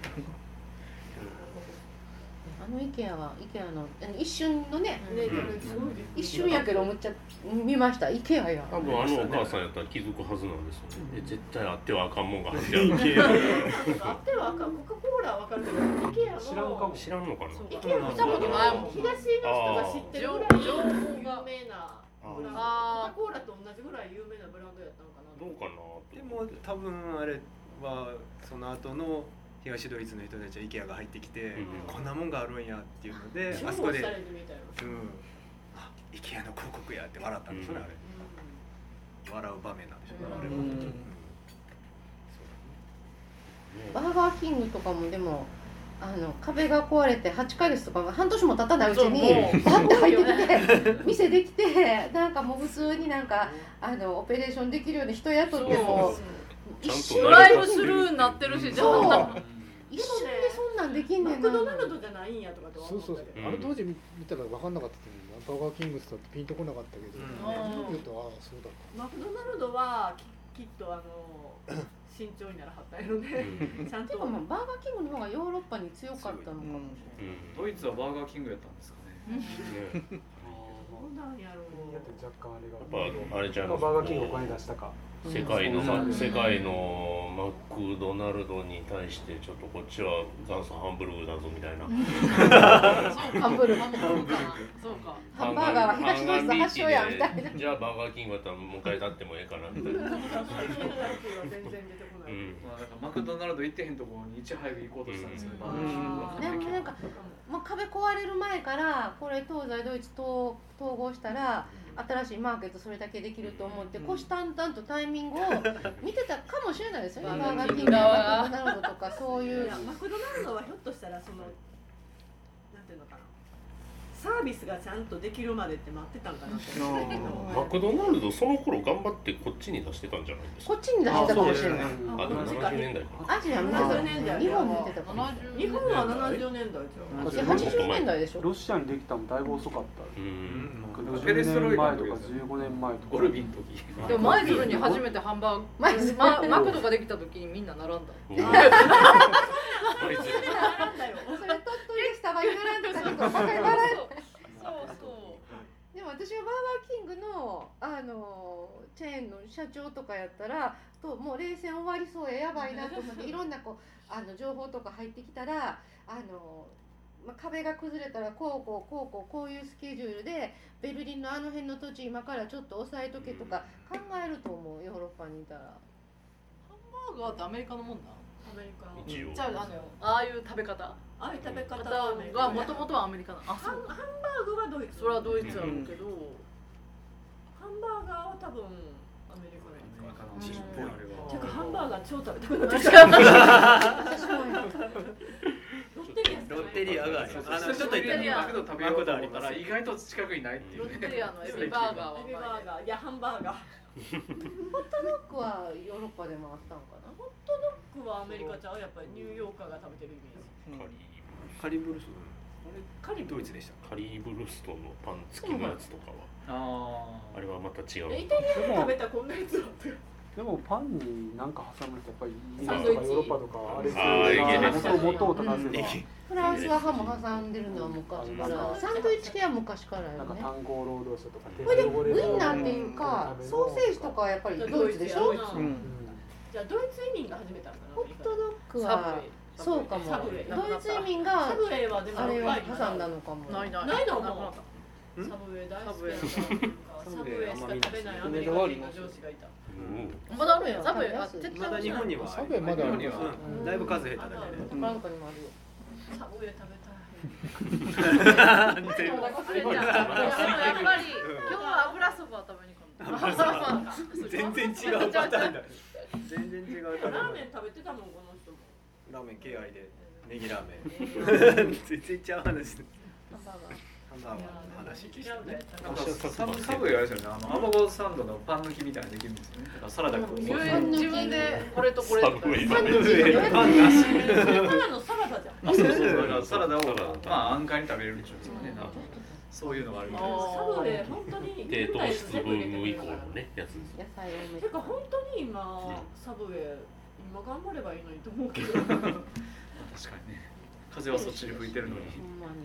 E: あの IKEA は IKEA のあの一瞬のね
F: ねすごいです
E: 一瞬やけど思っちゃ見ました IKEA や
A: 多分あのお母さんやったら気づくはずなんですよね、で絶対あってはあかんもんが入ってあ
F: あってはあかんコカ・コーラはわかるけど IKEA の
H: 知らんかも
A: る知らんのかな
F: そう
A: う
F: IKEA の多分東の人が知ってるぐらい
B: 情
F: 情
B: 報
F: 報
B: が
F: が有名なブランドコカ・
B: あ
F: コーラと同じぐらい有名なブランドやったのかな
A: どうかな
C: で
A: と思
C: も
A: って
C: 多分あれはその後の東ドイツの人たちは IKEA が入ってきて、
A: ん
C: こんなもんがあるんやっていうので
F: 超
C: あそこ
F: おし
C: で
F: ゃれに見えたよ
C: 「うんあ IKEA の広告や」って笑ったんですよね、
A: うん
C: あれ笑う場面なんでしょうね、
F: うん
C: あれは、
G: うん
C: うん
E: バーガーキングとかもでもあの壁が壊れて8ヶ月とか半年も経たないうちにバッて入ってきて店できてなんかもう普通になんかあのオペレーションできるように人雇っても
A: ち
E: 一
A: ゃんと
E: 瞬
B: ドライブスルーになってるしじゃ
E: そう
B: あ
E: 一瞬でそんなんできんね
F: マ
E: ん
F: ク
E: な
F: ドナルドじゃないんやとかとは
I: そ
F: 思
I: う
F: っ
I: そ
F: た
I: うそう
F: けど
A: うん
I: あの当時見たら分かんなかったけどバーガーキングスだってピンとこなかったけど、
C: うん
I: 今見るとああそうだ
F: マクドナルドはききっとあの慎重にならはったやろねちゃん
E: てい
F: と
E: うかまあバーガーキングの方がヨーロッパに強かったのかも
A: うんうん
D: ドイツはバーガーキングやったんですかね。
A: ね
F: そうなんやろ
H: やって若干あれが
A: やっぱあれじゃん
H: まあバーガーキングお金出したか
A: 世界のま
F: うん
A: 世界のマクドナルドに対してちょっとこっちは元祖ハンブルグだぞみたいな
E: ハンブルグ
B: そうか
E: ハンバーガーは東ドイツ発祥やみたいな
A: なじゃあバーガーキングだったらもう一回立ってもええかなみたいな
F: [LAUGHS] 全然出てこな
A: う
F: い、
A: ん
D: まあ、なんかマクドナルド行ってへんところにいち早く行こうとしたんですよね。バーガーキングわかん
E: で
D: ない
E: も
D: けど
E: なんかもう壁壊れる前からこれ東西ドイツと統合したら新しいマーケットそれだけできると思って
D: うん
E: 虎視眈々とタイミングを
D: [LAUGHS]
E: 見てたかもしれないですよね
D: バ
E: バ
D: ー
E: ーガ
D: ガ
E: ー
D: ーキ
E: キ
D: ン
E: ン
D: グ
E: グ
B: が
E: マクドナルドとかそういう
F: いやマクドナルドはひょっとしたらそのなんていうのかなサービスがちゃんとできるまでって待ってたんかなって思ったけど
A: マクドナルドその頃頑張ってこっちに出してたんじゃないです
E: こ
A: か
E: っちに出してたかもしれない
A: あでも70年代か
E: アジア見てた
F: 70年代
E: 日本見てたかも
B: 70
F: 日本は70年代じゃん
H: だっ
E: え
H: て
E: 80年代でしょ
H: ロシアにできたのだいぶ遅かった
A: う
C: うんん
H: 60
C: もう
H: 年前とか15年前とか
D: ゴルビンの時。
B: でも舞鶴に初めてハンバーグ
E: 舞鶴
B: ママクドができた時にみんな並んだ
A: うんうん
F: 70年代なんだよ
E: それ鳥取でスタバに並んでたけどバカにならん
B: そうそ
E: でも私はバーガーキングのあのチェーンの社長とかやったらともう冷戦終わりそうややばいなと思っていろんなこうあの情報とか入ってきたらあの、まあ、壁が崩れたらこうこうこうこうこういうスケジュールでベルリンのあの辺の土地今からちょっと押さえとけとか考えると思うヨーロッパにいたら。
B: うバーガーってアメリカのもんだ
F: アメリカの
A: 一応
B: じゃああのああいう食べ方
F: ああいう食べ方はアメリ
B: 方
F: カや
B: がもともとはアメリカなのあそ
F: ハン
B: う
F: ハンバーグはドイツ
B: それはドイツやろうけど、
F: ハンバーガーは多分アメリカなんです
D: ちっ
F: か
D: ぽいあれは
F: てかハンバーガー超食べたくなってきたロッテリア
C: ロッテリアが
D: そ
F: しかない
D: うそう
C: あのちょっと行った
B: ロッ
C: ね
B: テリア
D: マクド食べようと思ったら意外と近くにないっていう
B: ロ
D: ね
B: ッテリアのエビバーガーは
F: エビバーガーいやハンバーガー
E: 僕はヨーロッパでもあったんかな。
F: 僕はアメリカちゃうやっぱりニューヨーカーが食べてるイメージ
C: カリブルス
F: カリブ
C: ドイツでした
A: カリーブルストのパン付きのやつとかは
D: あ
A: あれはまた違う
F: えイタリア
H: で
F: で食
H: も
F: べたこんなやつだったよ
H: でもパンに何か挟むとやっぱりイギリ
A: サン
H: ス
A: ドイ
H: と
A: ッ
H: か
B: チ
H: ヨーロッパとかあ
A: あ
H: れ
A: ー
H: する
A: いいね
H: 元を正せば
E: フランスはハム挟んでるのは昔から。サンドイッチ系は昔から
H: な
E: よ
H: んか
E: ね。
H: 単語労働者とか手
E: これでウイ
H: 汚
E: ンナ
H: う
E: ー
H: ん
E: っていうかソーセージとかはやっぱりドイツでし
F: ド
E: ょ
F: イツやな
G: うん
F: じゃあドイツ移民が始めたのかな
E: ホ
F: アメ
E: ッ
F: リカで
E: トドッグはそ
B: サ
E: うかも
F: サ
E: ド
F: ブウェイ
E: イツ移民が
F: サブウェイはでも
E: あれを
F: やっぱり
E: 挟んだのかも
B: ないない
F: ないの
B: くなった
F: サブウェイ大好きやったサブウェイしか食べないアメリカ人の上司がいた
A: うん
B: まだあるやんサブウェイあ絶対
C: まだ日本には
I: サブウェイまだある
D: 日本に
C: う
D: は
C: んだいぶ数減っただ
E: 宝塚にもあるよ
F: サブウェイ食べたい
C: けで
B: でもやっぱり今日は油そ
F: なんだ
D: 全然違う
B: パターン
C: だ全然違う
F: ラ
C: 食べ
F: ー
C: 物
F: メン食べてたもんこの人も
C: ラーメン敬愛でネギラーメン
D: 全然違う話
F: ハンバー
C: ハンバーガ
F: ガー
C: ーの話でしたね
D: なんかサブサブやるじゃないあのアボカドサンドのパン抜きみたいなのできるんですよねだからサラダこう
B: 自分自分でこれとこれとか
A: サブウェイ
B: サブウェイ
D: パンなし
F: それただのサラダじゃん
D: あそうそうそうだからサ
A: サ
D: ラ
A: ラ
D: ダ
A: ダ
D: を
A: を
D: まあ安価に食べれるんでしょうねなんかそういうのがあるみたいです
F: サブで本当に
A: 低
F: 現
A: 糖
F: 代
A: 質ブーム以降のねやつです
E: 野菜多め
F: てか本当に今サブウェイ今頑張ればいいのにと思うけ
E: [LAUGHS]
F: どちな
D: 確かにね風はそっちに吹いてるのに
E: ほんまに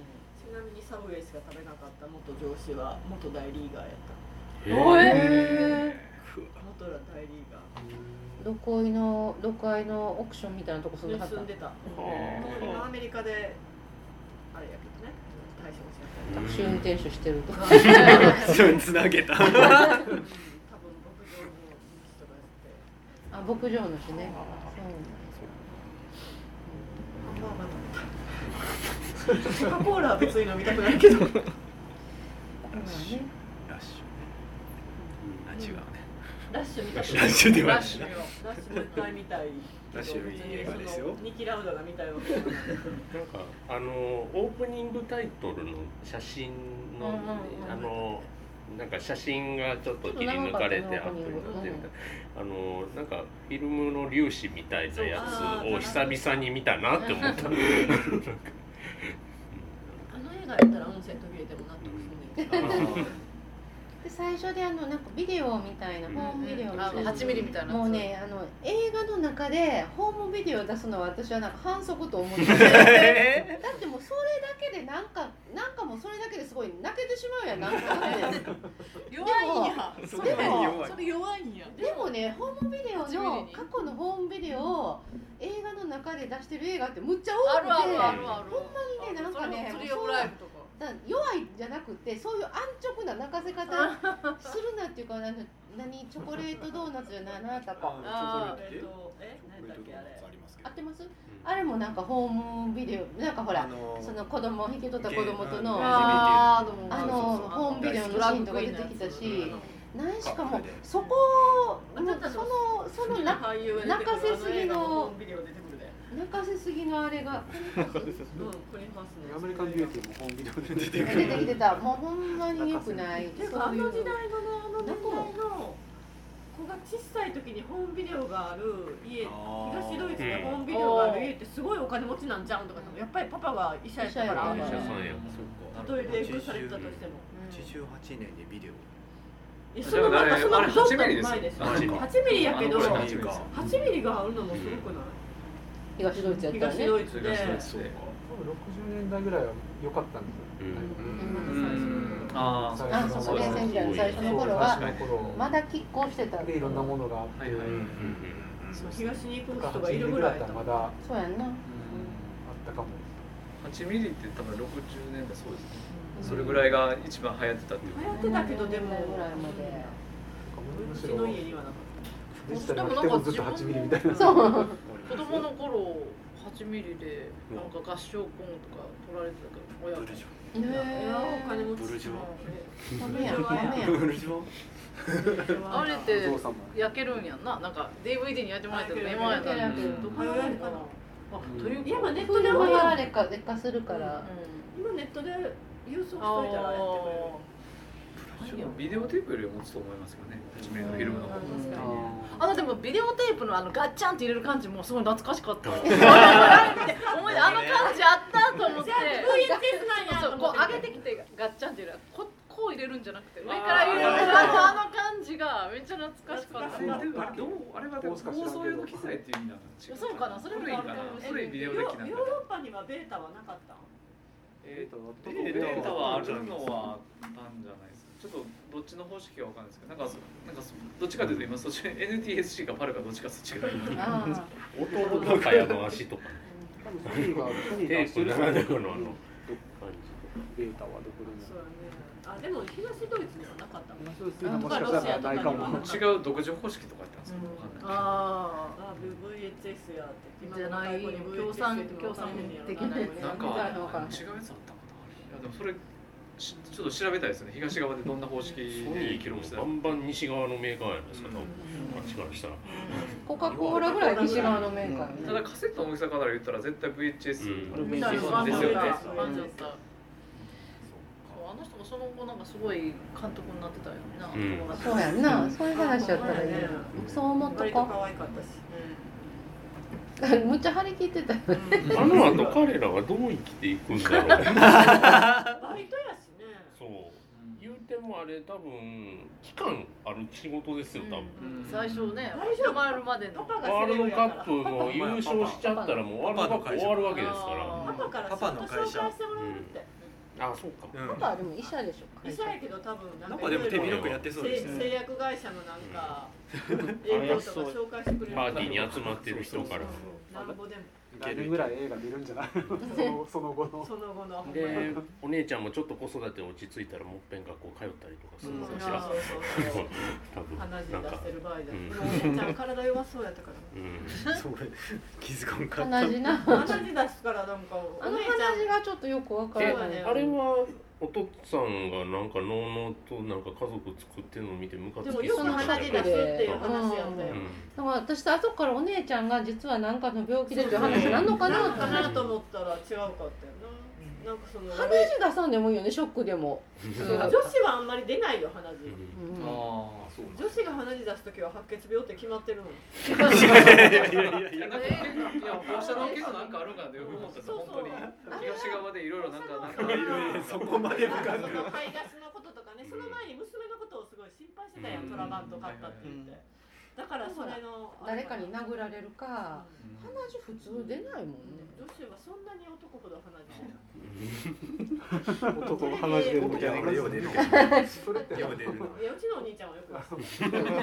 F: みにサブウェイしか食べなかった元上司は元大リーガーやった
B: おえ
F: 元ら大リーガー
E: どこいのどこいのオークションみたいなとこ住んではった
F: 盗んでた
A: へー
F: 今アメリカであれやけどね対処もしなさ
E: [LAUGHS]
F: い
E: タクシー運転手してるとか
D: それにつなげた
F: 多分牧場の人とかやって
E: あ牧場のしね
F: まあま
E: [LAUGHS]
F: あコカ・コーラは別に飲みたくないけど
E: そうですね
D: ラッシュねあ違うね
F: ラッシュ見たく
A: ラッシュでは
F: ラッシュよラッシュもう一回見たい
C: ラッシュいい映画ですよ
F: ニキラウダが見たいわけじゃない
A: なんかあのオープニングタイトルの写真の、
E: うんうんうん
A: あのなんか写真がちょっと切り抜かれてアップになってるみたいな、あのなんかフィルムの粒子みたいなやつを久々に見たなって思った。
F: あの映画やったら音声途切れても納得すんねんけど
E: で最初であのなんかビデオみたいな、
A: うん
E: ホームビデオみた
B: あ
E: い
B: の
E: な
B: 8ミリみたいなやつ
E: もうねあの映画の中でホームビデオ出すのは私はなんか反則と思
B: [LAUGHS]
E: っててだってもうそれだけでなんかなんかもうそれだけですごい泣けてしまうやんなんか
B: [LAUGHS]
E: ね
F: 弱いんや
E: でも
F: それ弱いんや
E: でもねホームビデオ
B: 8ミリ
E: の
B: に
E: 過去のホームビデオを映画の中で出してる映画ってむっちゃ多
B: あ
E: くて
B: るあるあるある
E: ほんまにねなんかね
B: それをライブとか
E: だから弱いじゃなくてそういう安直な泣か
B: [LAUGHS]
E: せ方するなっていうかなんか何チョコレートドーナツじゃないなんだか
B: あ
C: チョコ
F: え
C: レート
F: っとえ何だっけあれ
C: ありますけ
E: 合
C: ど
E: ってますあれもなんかホームビデオなんかほ
C: あ
E: ら
C: の
E: その子供を引き取った子供と
C: う
E: の
C: ん
E: あ
B: あーでも
E: のホームビデオのシーンとか出てきたし何しかもそこ
F: あ
E: も
F: な
E: う
F: たの
E: そのその泣
F: 俳優が出てくる
E: 泣かせすぎの
F: あ映画ホームビデオ出てくるで
E: 泣かせすぎのあれが
F: うんクリスマスの
H: アメリカンビューティーも本ビデオで出て
E: 出
H: くる
E: てきてたもうほんまに良くない
F: てかあの時代のねあの年代の子が小さい時にホームビデオがある家東ドイツでホームビデオがある家ってすごいお金持ちなんじゃんとかでもやっぱりパパが医者やったから
E: 医
F: あ
E: 者
F: ん
E: や
F: ま
E: か
F: り
E: ら
C: そうか
F: トイレ行くされてたとしても
C: 88年にビデオ
F: いやそのなんかその
D: あれ8ミリですよ
F: 前です
A: あれか
F: 8ミリやけど
D: あの頃
F: 8
D: に
F: ミリがあるのもすごくない
E: 東ドイツやったら
F: 東
E: ね
F: ドイツで
D: 東ドイツ
C: そうか
H: 多分60年代ぐらいは良かったんですよ、
E: うん
D: うんああ
E: あそうそう冷戦時代の最初の頃
H: そう
E: は
H: 最初の頃
E: まだ拮抗してた
H: でいろんなものがあって、
D: はいはい
F: まあ東に行く人がい
H: 80
F: る
H: 年
F: ぐ
H: 代
F: ら
H: だ
F: い
H: っ
F: だった
H: たらまだあっ
E: そうやんな
H: たかも
D: 8ミリって多分60年代そうですねそれぐらいが一番流行ってたっていう
F: 流行ってたけどでも
E: ぐらいまで
H: む
F: う
H: し
F: ち
H: ろ
F: の家にはなかっ
H: デジタルが来てもずっと8ミリみたいな
E: そう
B: 子供の頃8ミリでなんか合唱コンとか取られてたけど親が
E: へ
F: た
E: え
F: いやお金持ち
C: ブルジョ
E: ダ
C: ワ
E: メやんダメやん
C: ブルジョワ
B: あれっ
H: お
B: て
H: 父さんも
B: 焼けるんやんななんか DVD に焼いてもらえたけど今やったら
E: や
B: ど
E: けど
B: こやるんかなあという
F: いやまあネット
E: 風
F: で
E: 量
F: も
E: が劣化劣化するから
F: 今ネットで郵送しとい
B: あ
F: たらやってくれる
D: ビデオテープより持つと思いますけどね8ミリのフィルムの方が
B: うん
F: 確かに
B: あのでもビデオテープのあのガッチャンって入れる感じもすごい懐かしか
H: [LAUGHS]
B: った。思い出あの感じあったと思って。そ
F: VHS な
B: うん
F: や
B: こう上げてきてガッチャンっていうのはここう入れるんじゃなくて上から入れるあのあの感じがめっちゃ懐かしかった。
D: あれはどうあれはでも放送用の機材っていう意味なの
B: そうかなそれも
D: 古い
B: あ
D: か
B: るか
D: な
B: も
D: 古いビデオ
F: ヨー
D: 的な
F: ロッ
D: んだ
F: パにはベータはなかった
D: えーと
H: と
D: データはあるのはあったんじゃないですかちょっとどっちの方式かわかんないですけどなんかなんかどっちかというと今そっち NTSC かパルかどっちかそっちが
E: ああ
A: 弟とかやの足とか
H: 多分ソニーがソニー
A: テー
H: が
A: プならではのあの感
H: データはどこでも
F: そうだねあでも東ドイツにはなかったもん
H: 同じそうですねもしかしたらないか
D: 違
F: うん
H: も
D: う独自方式とかやったんですかわかんない
B: ああ。
F: あ VHS やって
B: じゃない共産共産的なやつ
D: なんか
E: わ
D: 違
E: かん
D: うや
E: ないわかんない
D: つあったかなあれいやでもそれしちょっと調べたいですね東側でどんな方式
A: ソ
D: で
A: ニ
D: 記録し
A: ー
D: た
A: バ
D: ら
A: ンバン西側のメーカーやないですか、多分
E: うん
A: あっちからしたら。
E: コカ・コーラぐらい西側のメーカー
D: ただカセットの大きさから言ったら絶対 VHS
A: うん
B: みたいな
D: で
B: 感
D: す
B: じだ
D: よ
B: った
D: ね
B: 感じだったそうあの人もその後なんかすごい監督になってたよねな、
A: うん
B: 友達
E: そうやんなそういう話やったらいいよそう思っと
F: 割と
E: こ
F: 可愛かったし、
E: [LAUGHS] むっちゃ張り切ってたよ
F: うん
A: あの後彼らはどう生きていくんだろう。
F: バイトやしね
A: そう。言うてもあれ多分期間ある仕事ですよ多分。
D: うん
B: 最初ね
F: 大丈夫
B: 捕まえるまでの
F: パパが
A: ワー
F: セレ
A: ル
F: ブ
A: ド
F: や
A: カ
F: か
A: ッ
F: ら
A: プも優勝しちゃったらもうワールドカップ終わるわけですか
F: パパから
C: パパの会社
F: 仕事紹介してもらえるって、
A: ら。あ、そうか。
C: うん
E: パパはでも医者でしょ
F: 医者やけど多分なん
C: なん
F: か
C: かで
F: いろ
C: も
F: い
C: 手
F: ろ
A: 見
C: 広くやってそうで
F: 製
C: したね
F: 製薬会社のなんか営業とか紹介してくれる
A: パーティーに集まってる人から。
F: なんぼでも
H: 来年ぐらい映画出るんじゃないそのその後の
F: その後のほんまに
A: で、お姉ちゃんもちょっと子育て落ち着いたらもう一遍学校通ったりとかするのかしら。
F: そうそうそう
A: 多分
F: 鼻血
A: なん
F: 出
A: か
F: し。てる場合じゃ
A: うん
F: ん。もうお姉ちゃん体弱そうやったから。
A: うん。
C: そう気づかんかった
E: 鼻血な
F: 鼻血出すからなんか
E: あ
F: お
E: の
F: 姉
E: 鼻
F: ちゃん
E: 血がちょっとよくわからない
F: え
A: あれはお父さんがなんかのうのうとなんか家族作ってるのを見てムカつき
F: で
A: そう
F: も
A: にな
F: よく
A: っちゃ
F: 鼻
A: う
F: 血
A: か
F: 出
A: ら
F: すっていう話やっ
A: う
F: たよ。
A: ん
E: だから私と後からお姉ちゃんが実は何かの病気でっていう話なんのかなと
F: なん
E: 思
F: かな
E: っ
F: と思ったら違うかったよな。なんかその
E: て
F: 悪
E: 鼻
F: い
E: 血出さんでもいいよねショックでも、
F: 女子はあんまり出ないよ鼻
A: うん
E: う
F: 血。
E: ん
D: ああ
H: そう
F: 女子が鼻血出すときは白血病って決まってるもん。
D: いやなんかいや放射能結構なんかあるんかなってよく思ってた
F: そう
D: 本
F: そう
D: 当に東側でいろいろなんかなんか
C: そこまで
F: なんか
C: 深く
F: その買い出しのこととかね、その前に娘のことをすごい心配してたやん、トラバント買ったって言って。だからそれの
E: 誰かに殴られる
F: る。
E: か
D: うん
E: 鼻血普通出ないもんね
F: 女子はそんなに男ほど鼻血出ない。
G: 男が鼻血出るみ
C: いや
G: たいな
C: 俺よう出るけ
H: それって
C: どよう出るない
F: やうちのお兄ちゃんはよく言う
H: いろん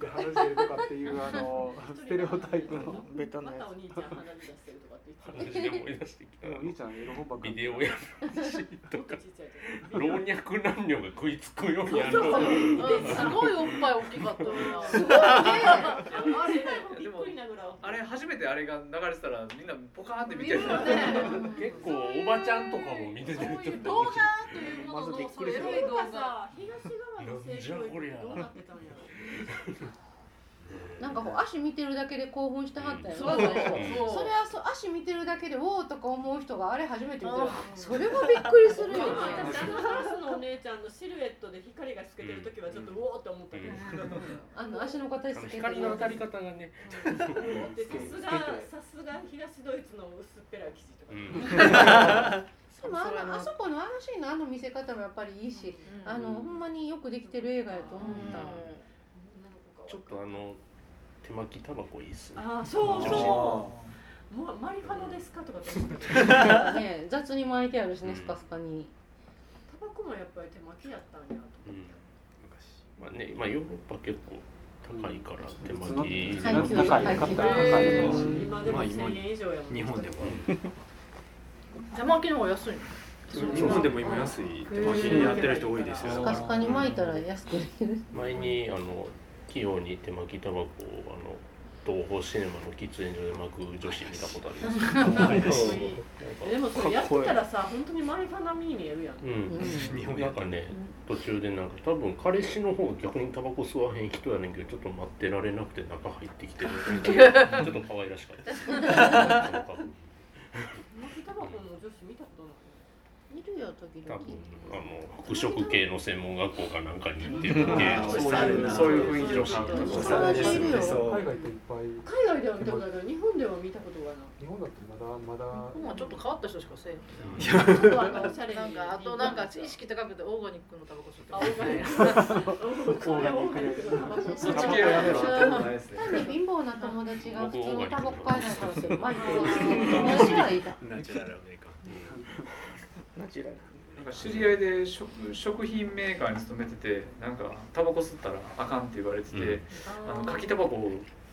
H: な話してるとかっていうあのステレオタイプの
G: ベタ
F: ま
G: なや
F: たお兄ちゃん鼻血出してるとかって言って
A: 話で思い出してきた
H: でもお兄ちゃんエロ本ばっか
A: ビ
H: り
A: デオや
F: たもっとちっちゃい
A: 老
F: 時
A: 若男女が食いつくようになる
F: そうそ
B: う
F: う
B: んすごいおっぱい大きかったよな
F: すごいねあのあれもびっくりなぐらい
D: あれ初めてあれが流れてたらみんなポカーンって見
B: 見
D: て
B: る
D: る
B: よね
A: 結構おばちゃんとかも見てて
B: そう
A: ちょ
B: い
A: っ
B: う
A: と
B: 動
A: 面白
B: 画
A: い
B: というもの
G: まずびっ
B: のそ
G: く
B: う
G: り
B: エ
G: する
B: ロい
F: なん
B: 動
F: か
B: 画
F: さ東側の性教育ってどうなってたんや
E: なんかこう足見てるだけで興奮してはったよ、
B: そう
E: ね、
B: そう
E: それはそう足見てるだけでおおとか思う人があれ初めて見た
F: ろ
E: らそれはびっくりするよ
F: でも
E: ね
F: 私あのハラスのお姉ちゃんのシルエットで光が透けてる時はちょっとうおーって思ったけど
E: あの足の形つけて
A: 光の当たり方がね、
F: でさすがさすが東ドイツの薄っぺらい生地とか
E: でもあのあそこのあのシーンのあの見せ方もやっぱりいいし、あのほんまによくできてる映画やと思った、
A: ちょっとあの手巻きタバコいいっすね
F: ああそうそ
C: あ
F: うもうマリファナですかとかって思った
E: ね、雑に巻いてあるしねスカスカに
F: タバコもやっぱり手巻きやったんやと
A: うんまあね、まあヨーロッパ結構高いから手巻き
E: はい
H: 高い高い高い高い
F: 今でも1000円以上やもん、
C: 日本でも
B: 手巻きの方が安いの
C: 日本でも今安いってマシになってる人多いです
E: ス
C: よ
E: カスカに巻いたら安くできる
A: 前にあの器用に手巻きタバコをあの東宝シネマの喫煙所で巻く女子見たことあります
F: でもそれやってたらさ本当にマリファナミーにやるやん
A: う
E: うん
A: ん
C: 日本
A: なんかね途中でなんか多分彼氏の方逆にタバコ吸わへん人やねんけどちょっと待ってられなくて中入ってきてるみたいなちょっと可愛らしかったですなんか
F: 巻きタバコの女子見たことない
E: いるよ時
A: 多
E: 々
A: 分あの服飾系の専門学校かなんかに行ってる系
H: そういうそういう雰囲気の感覚
C: お皿ですよねそ
H: 海
C: う
H: 外っていっぱい
F: 海外では見たことないけど日本では見たことがな
H: 日本だってまだまだ
B: 今はちょっと変わった人しかせえへん
F: いちょっとあのおしゃれに
B: なんかあとなんか意識高くてオーガニックのタバコ吸って
F: あ
B: た
F: オーガニックオーガニックのタバコ
D: そっち系やめろってことないですね
E: 単に貧乏な友達が普通のタバコ買えないからって巻いてる私はいた
C: ナチュラルアメリカ
G: ナチュラル
D: なんか知り合いで食食品メーカーに勤めててなんかタバコ吸ったらあかんって言われてて、
A: うん
D: あの柿タバコ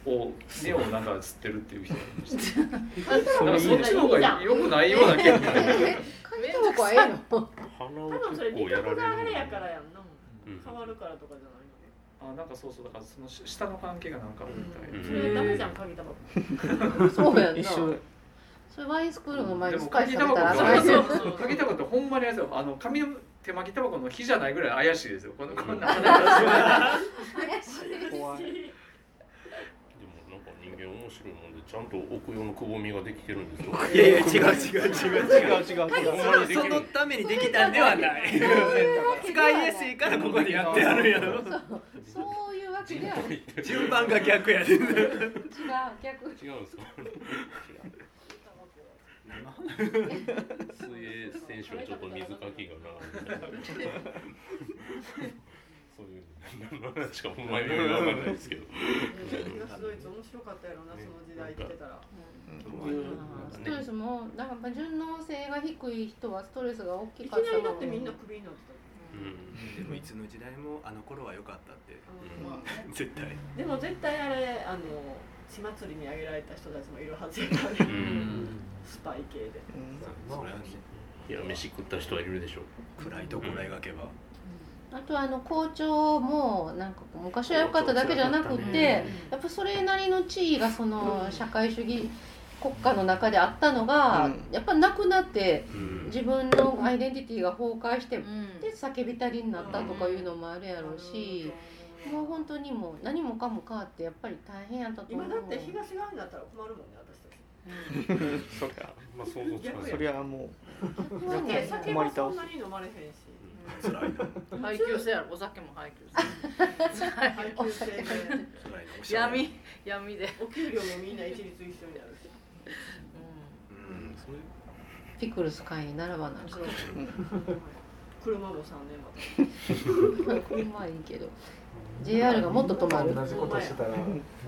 D: を根をなんか吸ってるっていう人がいました [LAUGHS] なんかそ
F: そ
D: っ
F: れ
D: ちの方が良くないような気がする
E: え紙タバコはええの
A: 鼻を
F: 多分それ
A: 結構
F: 味
A: やら
F: 覚があ
A: れ
F: れ
A: る
F: やからやんな
A: うん
F: 変わるからとかじゃ
D: あなんかそうそうだからその下の関係がなんかあるみたいな、
A: うん
F: ないのそれダメじゃん鍵タバコ
E: そうやん
G: 一
E: な
G: 緒
E: それワインスクールも前
D: で
E: に
D: も
E: スカイ
D: 鍵
E: さ
D: タ
E: れ
D: バ
E: た
D: コ
E: ら
B: そうそう
D: 鍵タバコってほんまにあれですよあの紙の手巻きタバコの火じゃないぐらい怪しいですよこのこんな話
G: 怖い
A: でもなんか人間面白いもんでちゃんと奥用のくぼみができてるんですよ。
J: いやいや違う違う違う違う
G: 違う違う
A: ほんまにでき
J: そ
A: る
J: のためにできたんでは [LAUGHS] ない使いやすいからここでやってやるやろ
E: そういうわけではない違う
J: 順番が逆 [LAUGHS] やで
A: 違う
E: 逆
A: んですか。水泳選手はちょっと水かきがな。そういう何の話かほんまによくわかんないですけど。
F: 東ドイツ面白かったやろうなその時代来てたら
E: うんストレスもだからやっぱ順応性が低い人はストレスが大き
F: いき
E: か
F: な
E: った
F: りだってみんなクビになって
A: うん。
C: でもいつの時代もあの頃は良かったって
A: う
F: た、
A: ん
F: まあね
C: 絶対
F: でも絶対あれあの血祭りに挙げられた人たちもいるはずやから
A: う
F: ね
A: ん。
F: スパイ系で
C: それは
A: 冷や飯食った人はいるでしょう。
C: 暗いところ描けば、
E: あとあの校長もなんかこう昔は良かっただけじゃなくて、
A: 校長強かっ
E: やっぱそれなりの地位がその社会主義国家の中であったのが、
G: うん
E: やっぱなくなって
A: うん。
E: 自分のアイデンティティが崩壊して、
B: うん
E: で叫びたりになったとかいうのもあるやろうし、もう本当にもう何もかも変わってやっぱり大変やったと思
F: 今
E: う。
F: だって東側になったら困るもんね私たち
G: そりゃ
A: まあ想像つかない
G: そ。りゃも
E: う
G: うん
F: 酒酒はそんなに飲まれへんし
C: 辛いの
B: 配給制やろお酒も配給制
F: 配給 [LAUGHS] 制で
C: 辛いのおしゃれ
B: 闇闇で、
F: お給料もみんな一律一緒になるし
C: うんそういう
E: ピクルス会に並ばな
B: 面
E: く
B: 白い
F: 車も三年まで
E: て車はいいけど JR がもっと止まる
H: 同じことしてたらも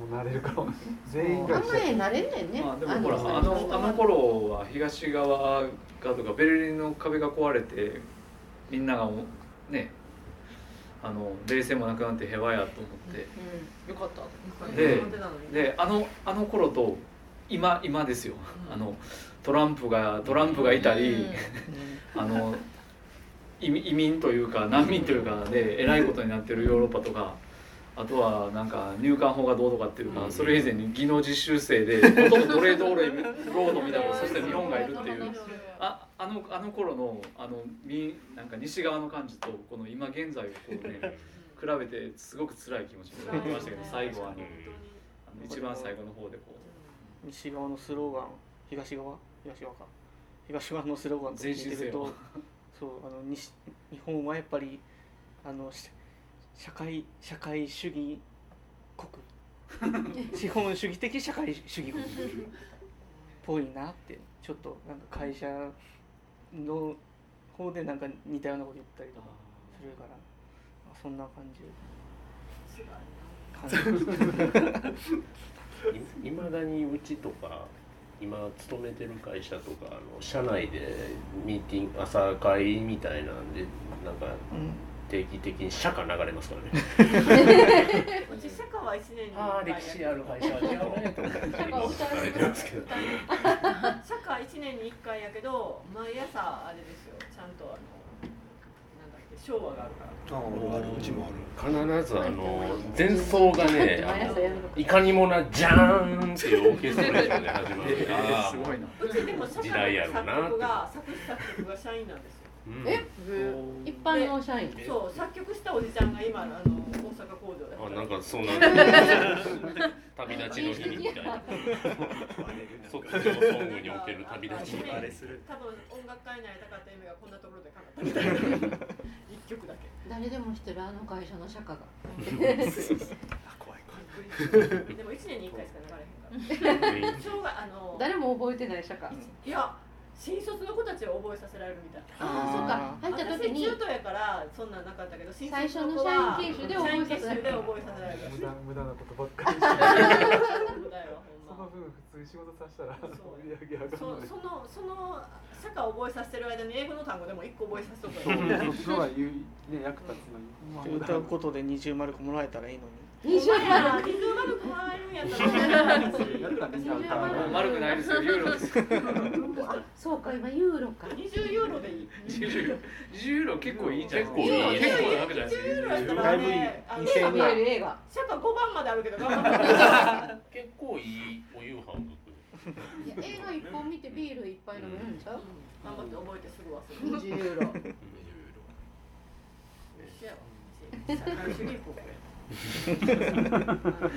H: う慣れるかも全員
E: あ
H: が
E: んまり慣れんねんね、
D: まあでもほら
E: の
D: あのあの頃は東側がとかベルリンの壁が壊れてみんながもうねあの冷戦もなくなって平和やと思って
B: よかった
D: で
F: 飲んでたのに
D: であのあの頃と今今ですよあのトランプがトランプがいたり、あの移民移民というか難民というかでえらいことになってるヨーロッパとかあとはなんか入管法がどうとかっていうか、
A: うん
D: それ以前に技能実習生でほとんど奴隷奴隷ロードみたいなそして日本がいるっていうああのあの頃のあのみなんか西側の感じとこの今現在をこうね比べてすごく辛い気持ちになりましたけど最後はあの
A: うん
D: あの一番最後の方でこう
G: 西側のスローガン東側東側か東側のスローガンと似
D: 前
G: て
D: 進せ
G: ると
D: よ
G: そうあの西日本はやっぱりあのし社会社会主義国資本主義的社会主義国っぽいなってちょっとなんか会社の方でなんか似たようなこと言ったりとかするからそんな感じ感じ
A: いまだにうちとか今勤めてる会社とかあの社内でミーティング朝会みたいなんでなんか [LAUGHS]
G: うん
A: 定期的に社歌流れますからね。
F: うち社会は一年に一回
A: ああ
F: や
A: 歴
F: け
A: 史
F: ど
A: ある会社は違うねと思って。
F: [LAUGHS] 社会一年に一回やけど毎朝あれですよちゃんとあのなんだっけ昭和があるから
C: ああるあるうちもある
A: 必ずあの前奏が [LAUGHS] ね
E: 毎
A: あ
E: 朝やるの
A: のいかにもなジャーンっていうオーケストレーションで始まる
D: え
A: か
D: ー、
A: ら
D: [LAUGHS] すごいな
F: うちでも社
A: 時代
F: 会
A: や
F: の
A: ろうな
F: 作曲が作詞作曲が社員なんですよ
A: うん
E: え一般の社員
F: そう作曲したおじちゃんが今あの大阪工場だ
A: あ
F: から
A: なんかそんな [LAUGHS] 旅立ちの日にみたいな
C: そう
A: 即興ソングにおける旅立ちの日
F: あ
C: れする
F: 多分音楽家になりたかった夢がこんなところで叶ったみたいな一曲だけ
E: [LAUGHS] 誰でも知ってるあの会社の社会が
C: あ怖い怖い
F: でも一年に一回しか流れへんか
A: うん
E: [LAUGHS]
F: ら昭和あの
E: 誰も覚えてない社会
F: いや新卒の子たちを覚えさせられるみたいな
E: ああそうか入った時
F: 私
E: に
F: 中途やからそんなんなかったけど新
E: 最
F: 卒
E: 初の
F: 子
E: 社
F: は
E: 員研修で覚えさせられ
F: 社員研修で
E: る
F: 覚えさせられる
H: 無駄無駄なことばっかりして
F: だよ
H: そ
F: ほん
H: の
F: ま
H: 分普通に仕事させたら
F: そう
H: 売り上げ上 [LAUGHS]
F: そ
H: がらない
F: そのその社会を覚えさせてる間に英語の単語でも一個覚えさせとく
H: そう
F: よ
H: そうは言うね役立つのにまあ無
G: 歌
H: 駄
G: うことで二重丸くもらえたらいいのに
E: 二十
F: 20
E: 代
F: 万20万変わるんやったら
H: やったらみんな歌う
D: あ丸くないですよユーロですよ
E: あ [LAUGHS] そうか今ユーロか
F: 20ユーロでいい
D: 20ユーロ20ユーロ結構いいんじゃな
A: 結
D: い
A: 構いい
D: 結構なわけじゃない
F: 20ユーロ
D: で
F: や
D: す
F: った
D: から
F: ね
G: だいぶいい
F: あ
E: 絵
F: の
E: が見える映画
F: 社会5番まであるけど頑張って
A: 結構いいお夕飯が来る
E: いや映画一本見てビール一杯飲むんちゃう
F: 頑張って覚えてすぐ忘れ
E: 20
F: る
E: ユーロ
F: せやわ社会主義国やあの本当に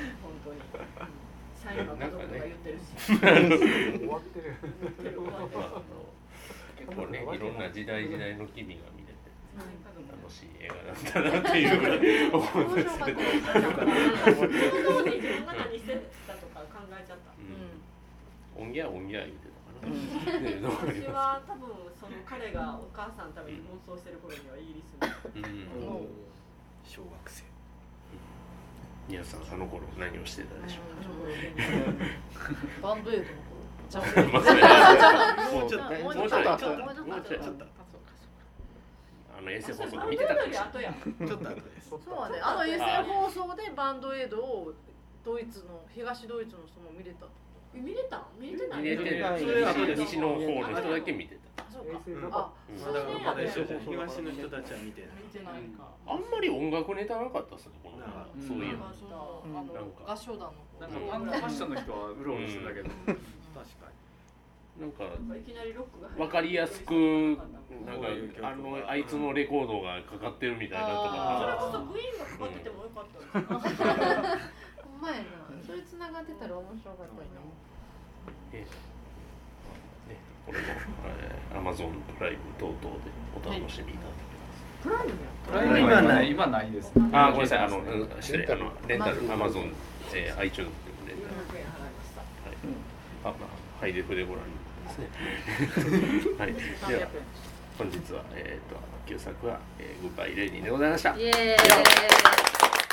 F: 社員は家族とか言ってるし
H: 終わってる
F: 言ってるわ
A: まああの結構ねいろんな時代時代の君が見れて楽しい映画だったなっていうぐらい思
F: 面
A: うんで
F: 白
A: す
F: か
A: け
F: った
A: ど。
F: その当時自分が何してたとか考えちゃった
A: うん、オンギャーオンギャー言うてたかな。ねどう思い
F: 私
A: ま
F: は多分その彼がお母さんのために妄想してる頃にはイギリスに
A: す。うん。
C: お小
J: [LAUGHS]
C: 学生
A: 皆さんあの頃何をしてたでしょ
B: バンドエイド
D: [LAUGHS]
B: の
A: うか。まあそれは [LAUGHS] もうちょっ
B: 頃
A: ともうちょっと
B: ちょっと
A: もうちょっとあの衛星放送
F: あ
A: 見てたかもしれない。
F: 後やん
C: ちょっと後です
B: そうはねあの衛星放送でバンドエイドをドイツの東ドイツの人も見れた
F: 見れた見れてない
A: 見れてる。それは後で西の方の人だけ見てた。
B: あそう
H: 衛
B: か
H: 星
C: うん
H: が
B: あ
A: うん
C: まだまだ一緒じゃん
G: そうそう
C: 東の人たちは見てない
F: 見てないか
A: あんまり音楽ネタなかったっすねこの
C: なかっ
A: そういえば
F: なかった
B: あの合唱団
D: な
B: の
D: んかパンダファッションの人はうろうろしてたけど、
C: 確か
A: なんか
F: いきなりロックが入る
A: わかりやすくなんかあのあいつのレコードがかかってるみたいなと
F: それ
A: か。
F: こそグイーンがかかっててもよかったのに
E: ほんまやなそれ繋がってたら面白かったよな
A: ええね、これも、えー、Amazon プライム等々でお楽しみいただ
F: プライム
D: プライムは今ない今ないです。
A: けます。あー、ごめんなさい、あの、うん失礼、
I: レンタ
A: あ
I: ル
A: の、レンタル、Amazon、えー、iTunes でレンタル、
F: 400円払いました
A: あ、まあ、ハイデフでご覧になってますね。はい、では、本日は、えっ、と、旧作は、えー、グッバイレイニーでございました。
B: イエーイ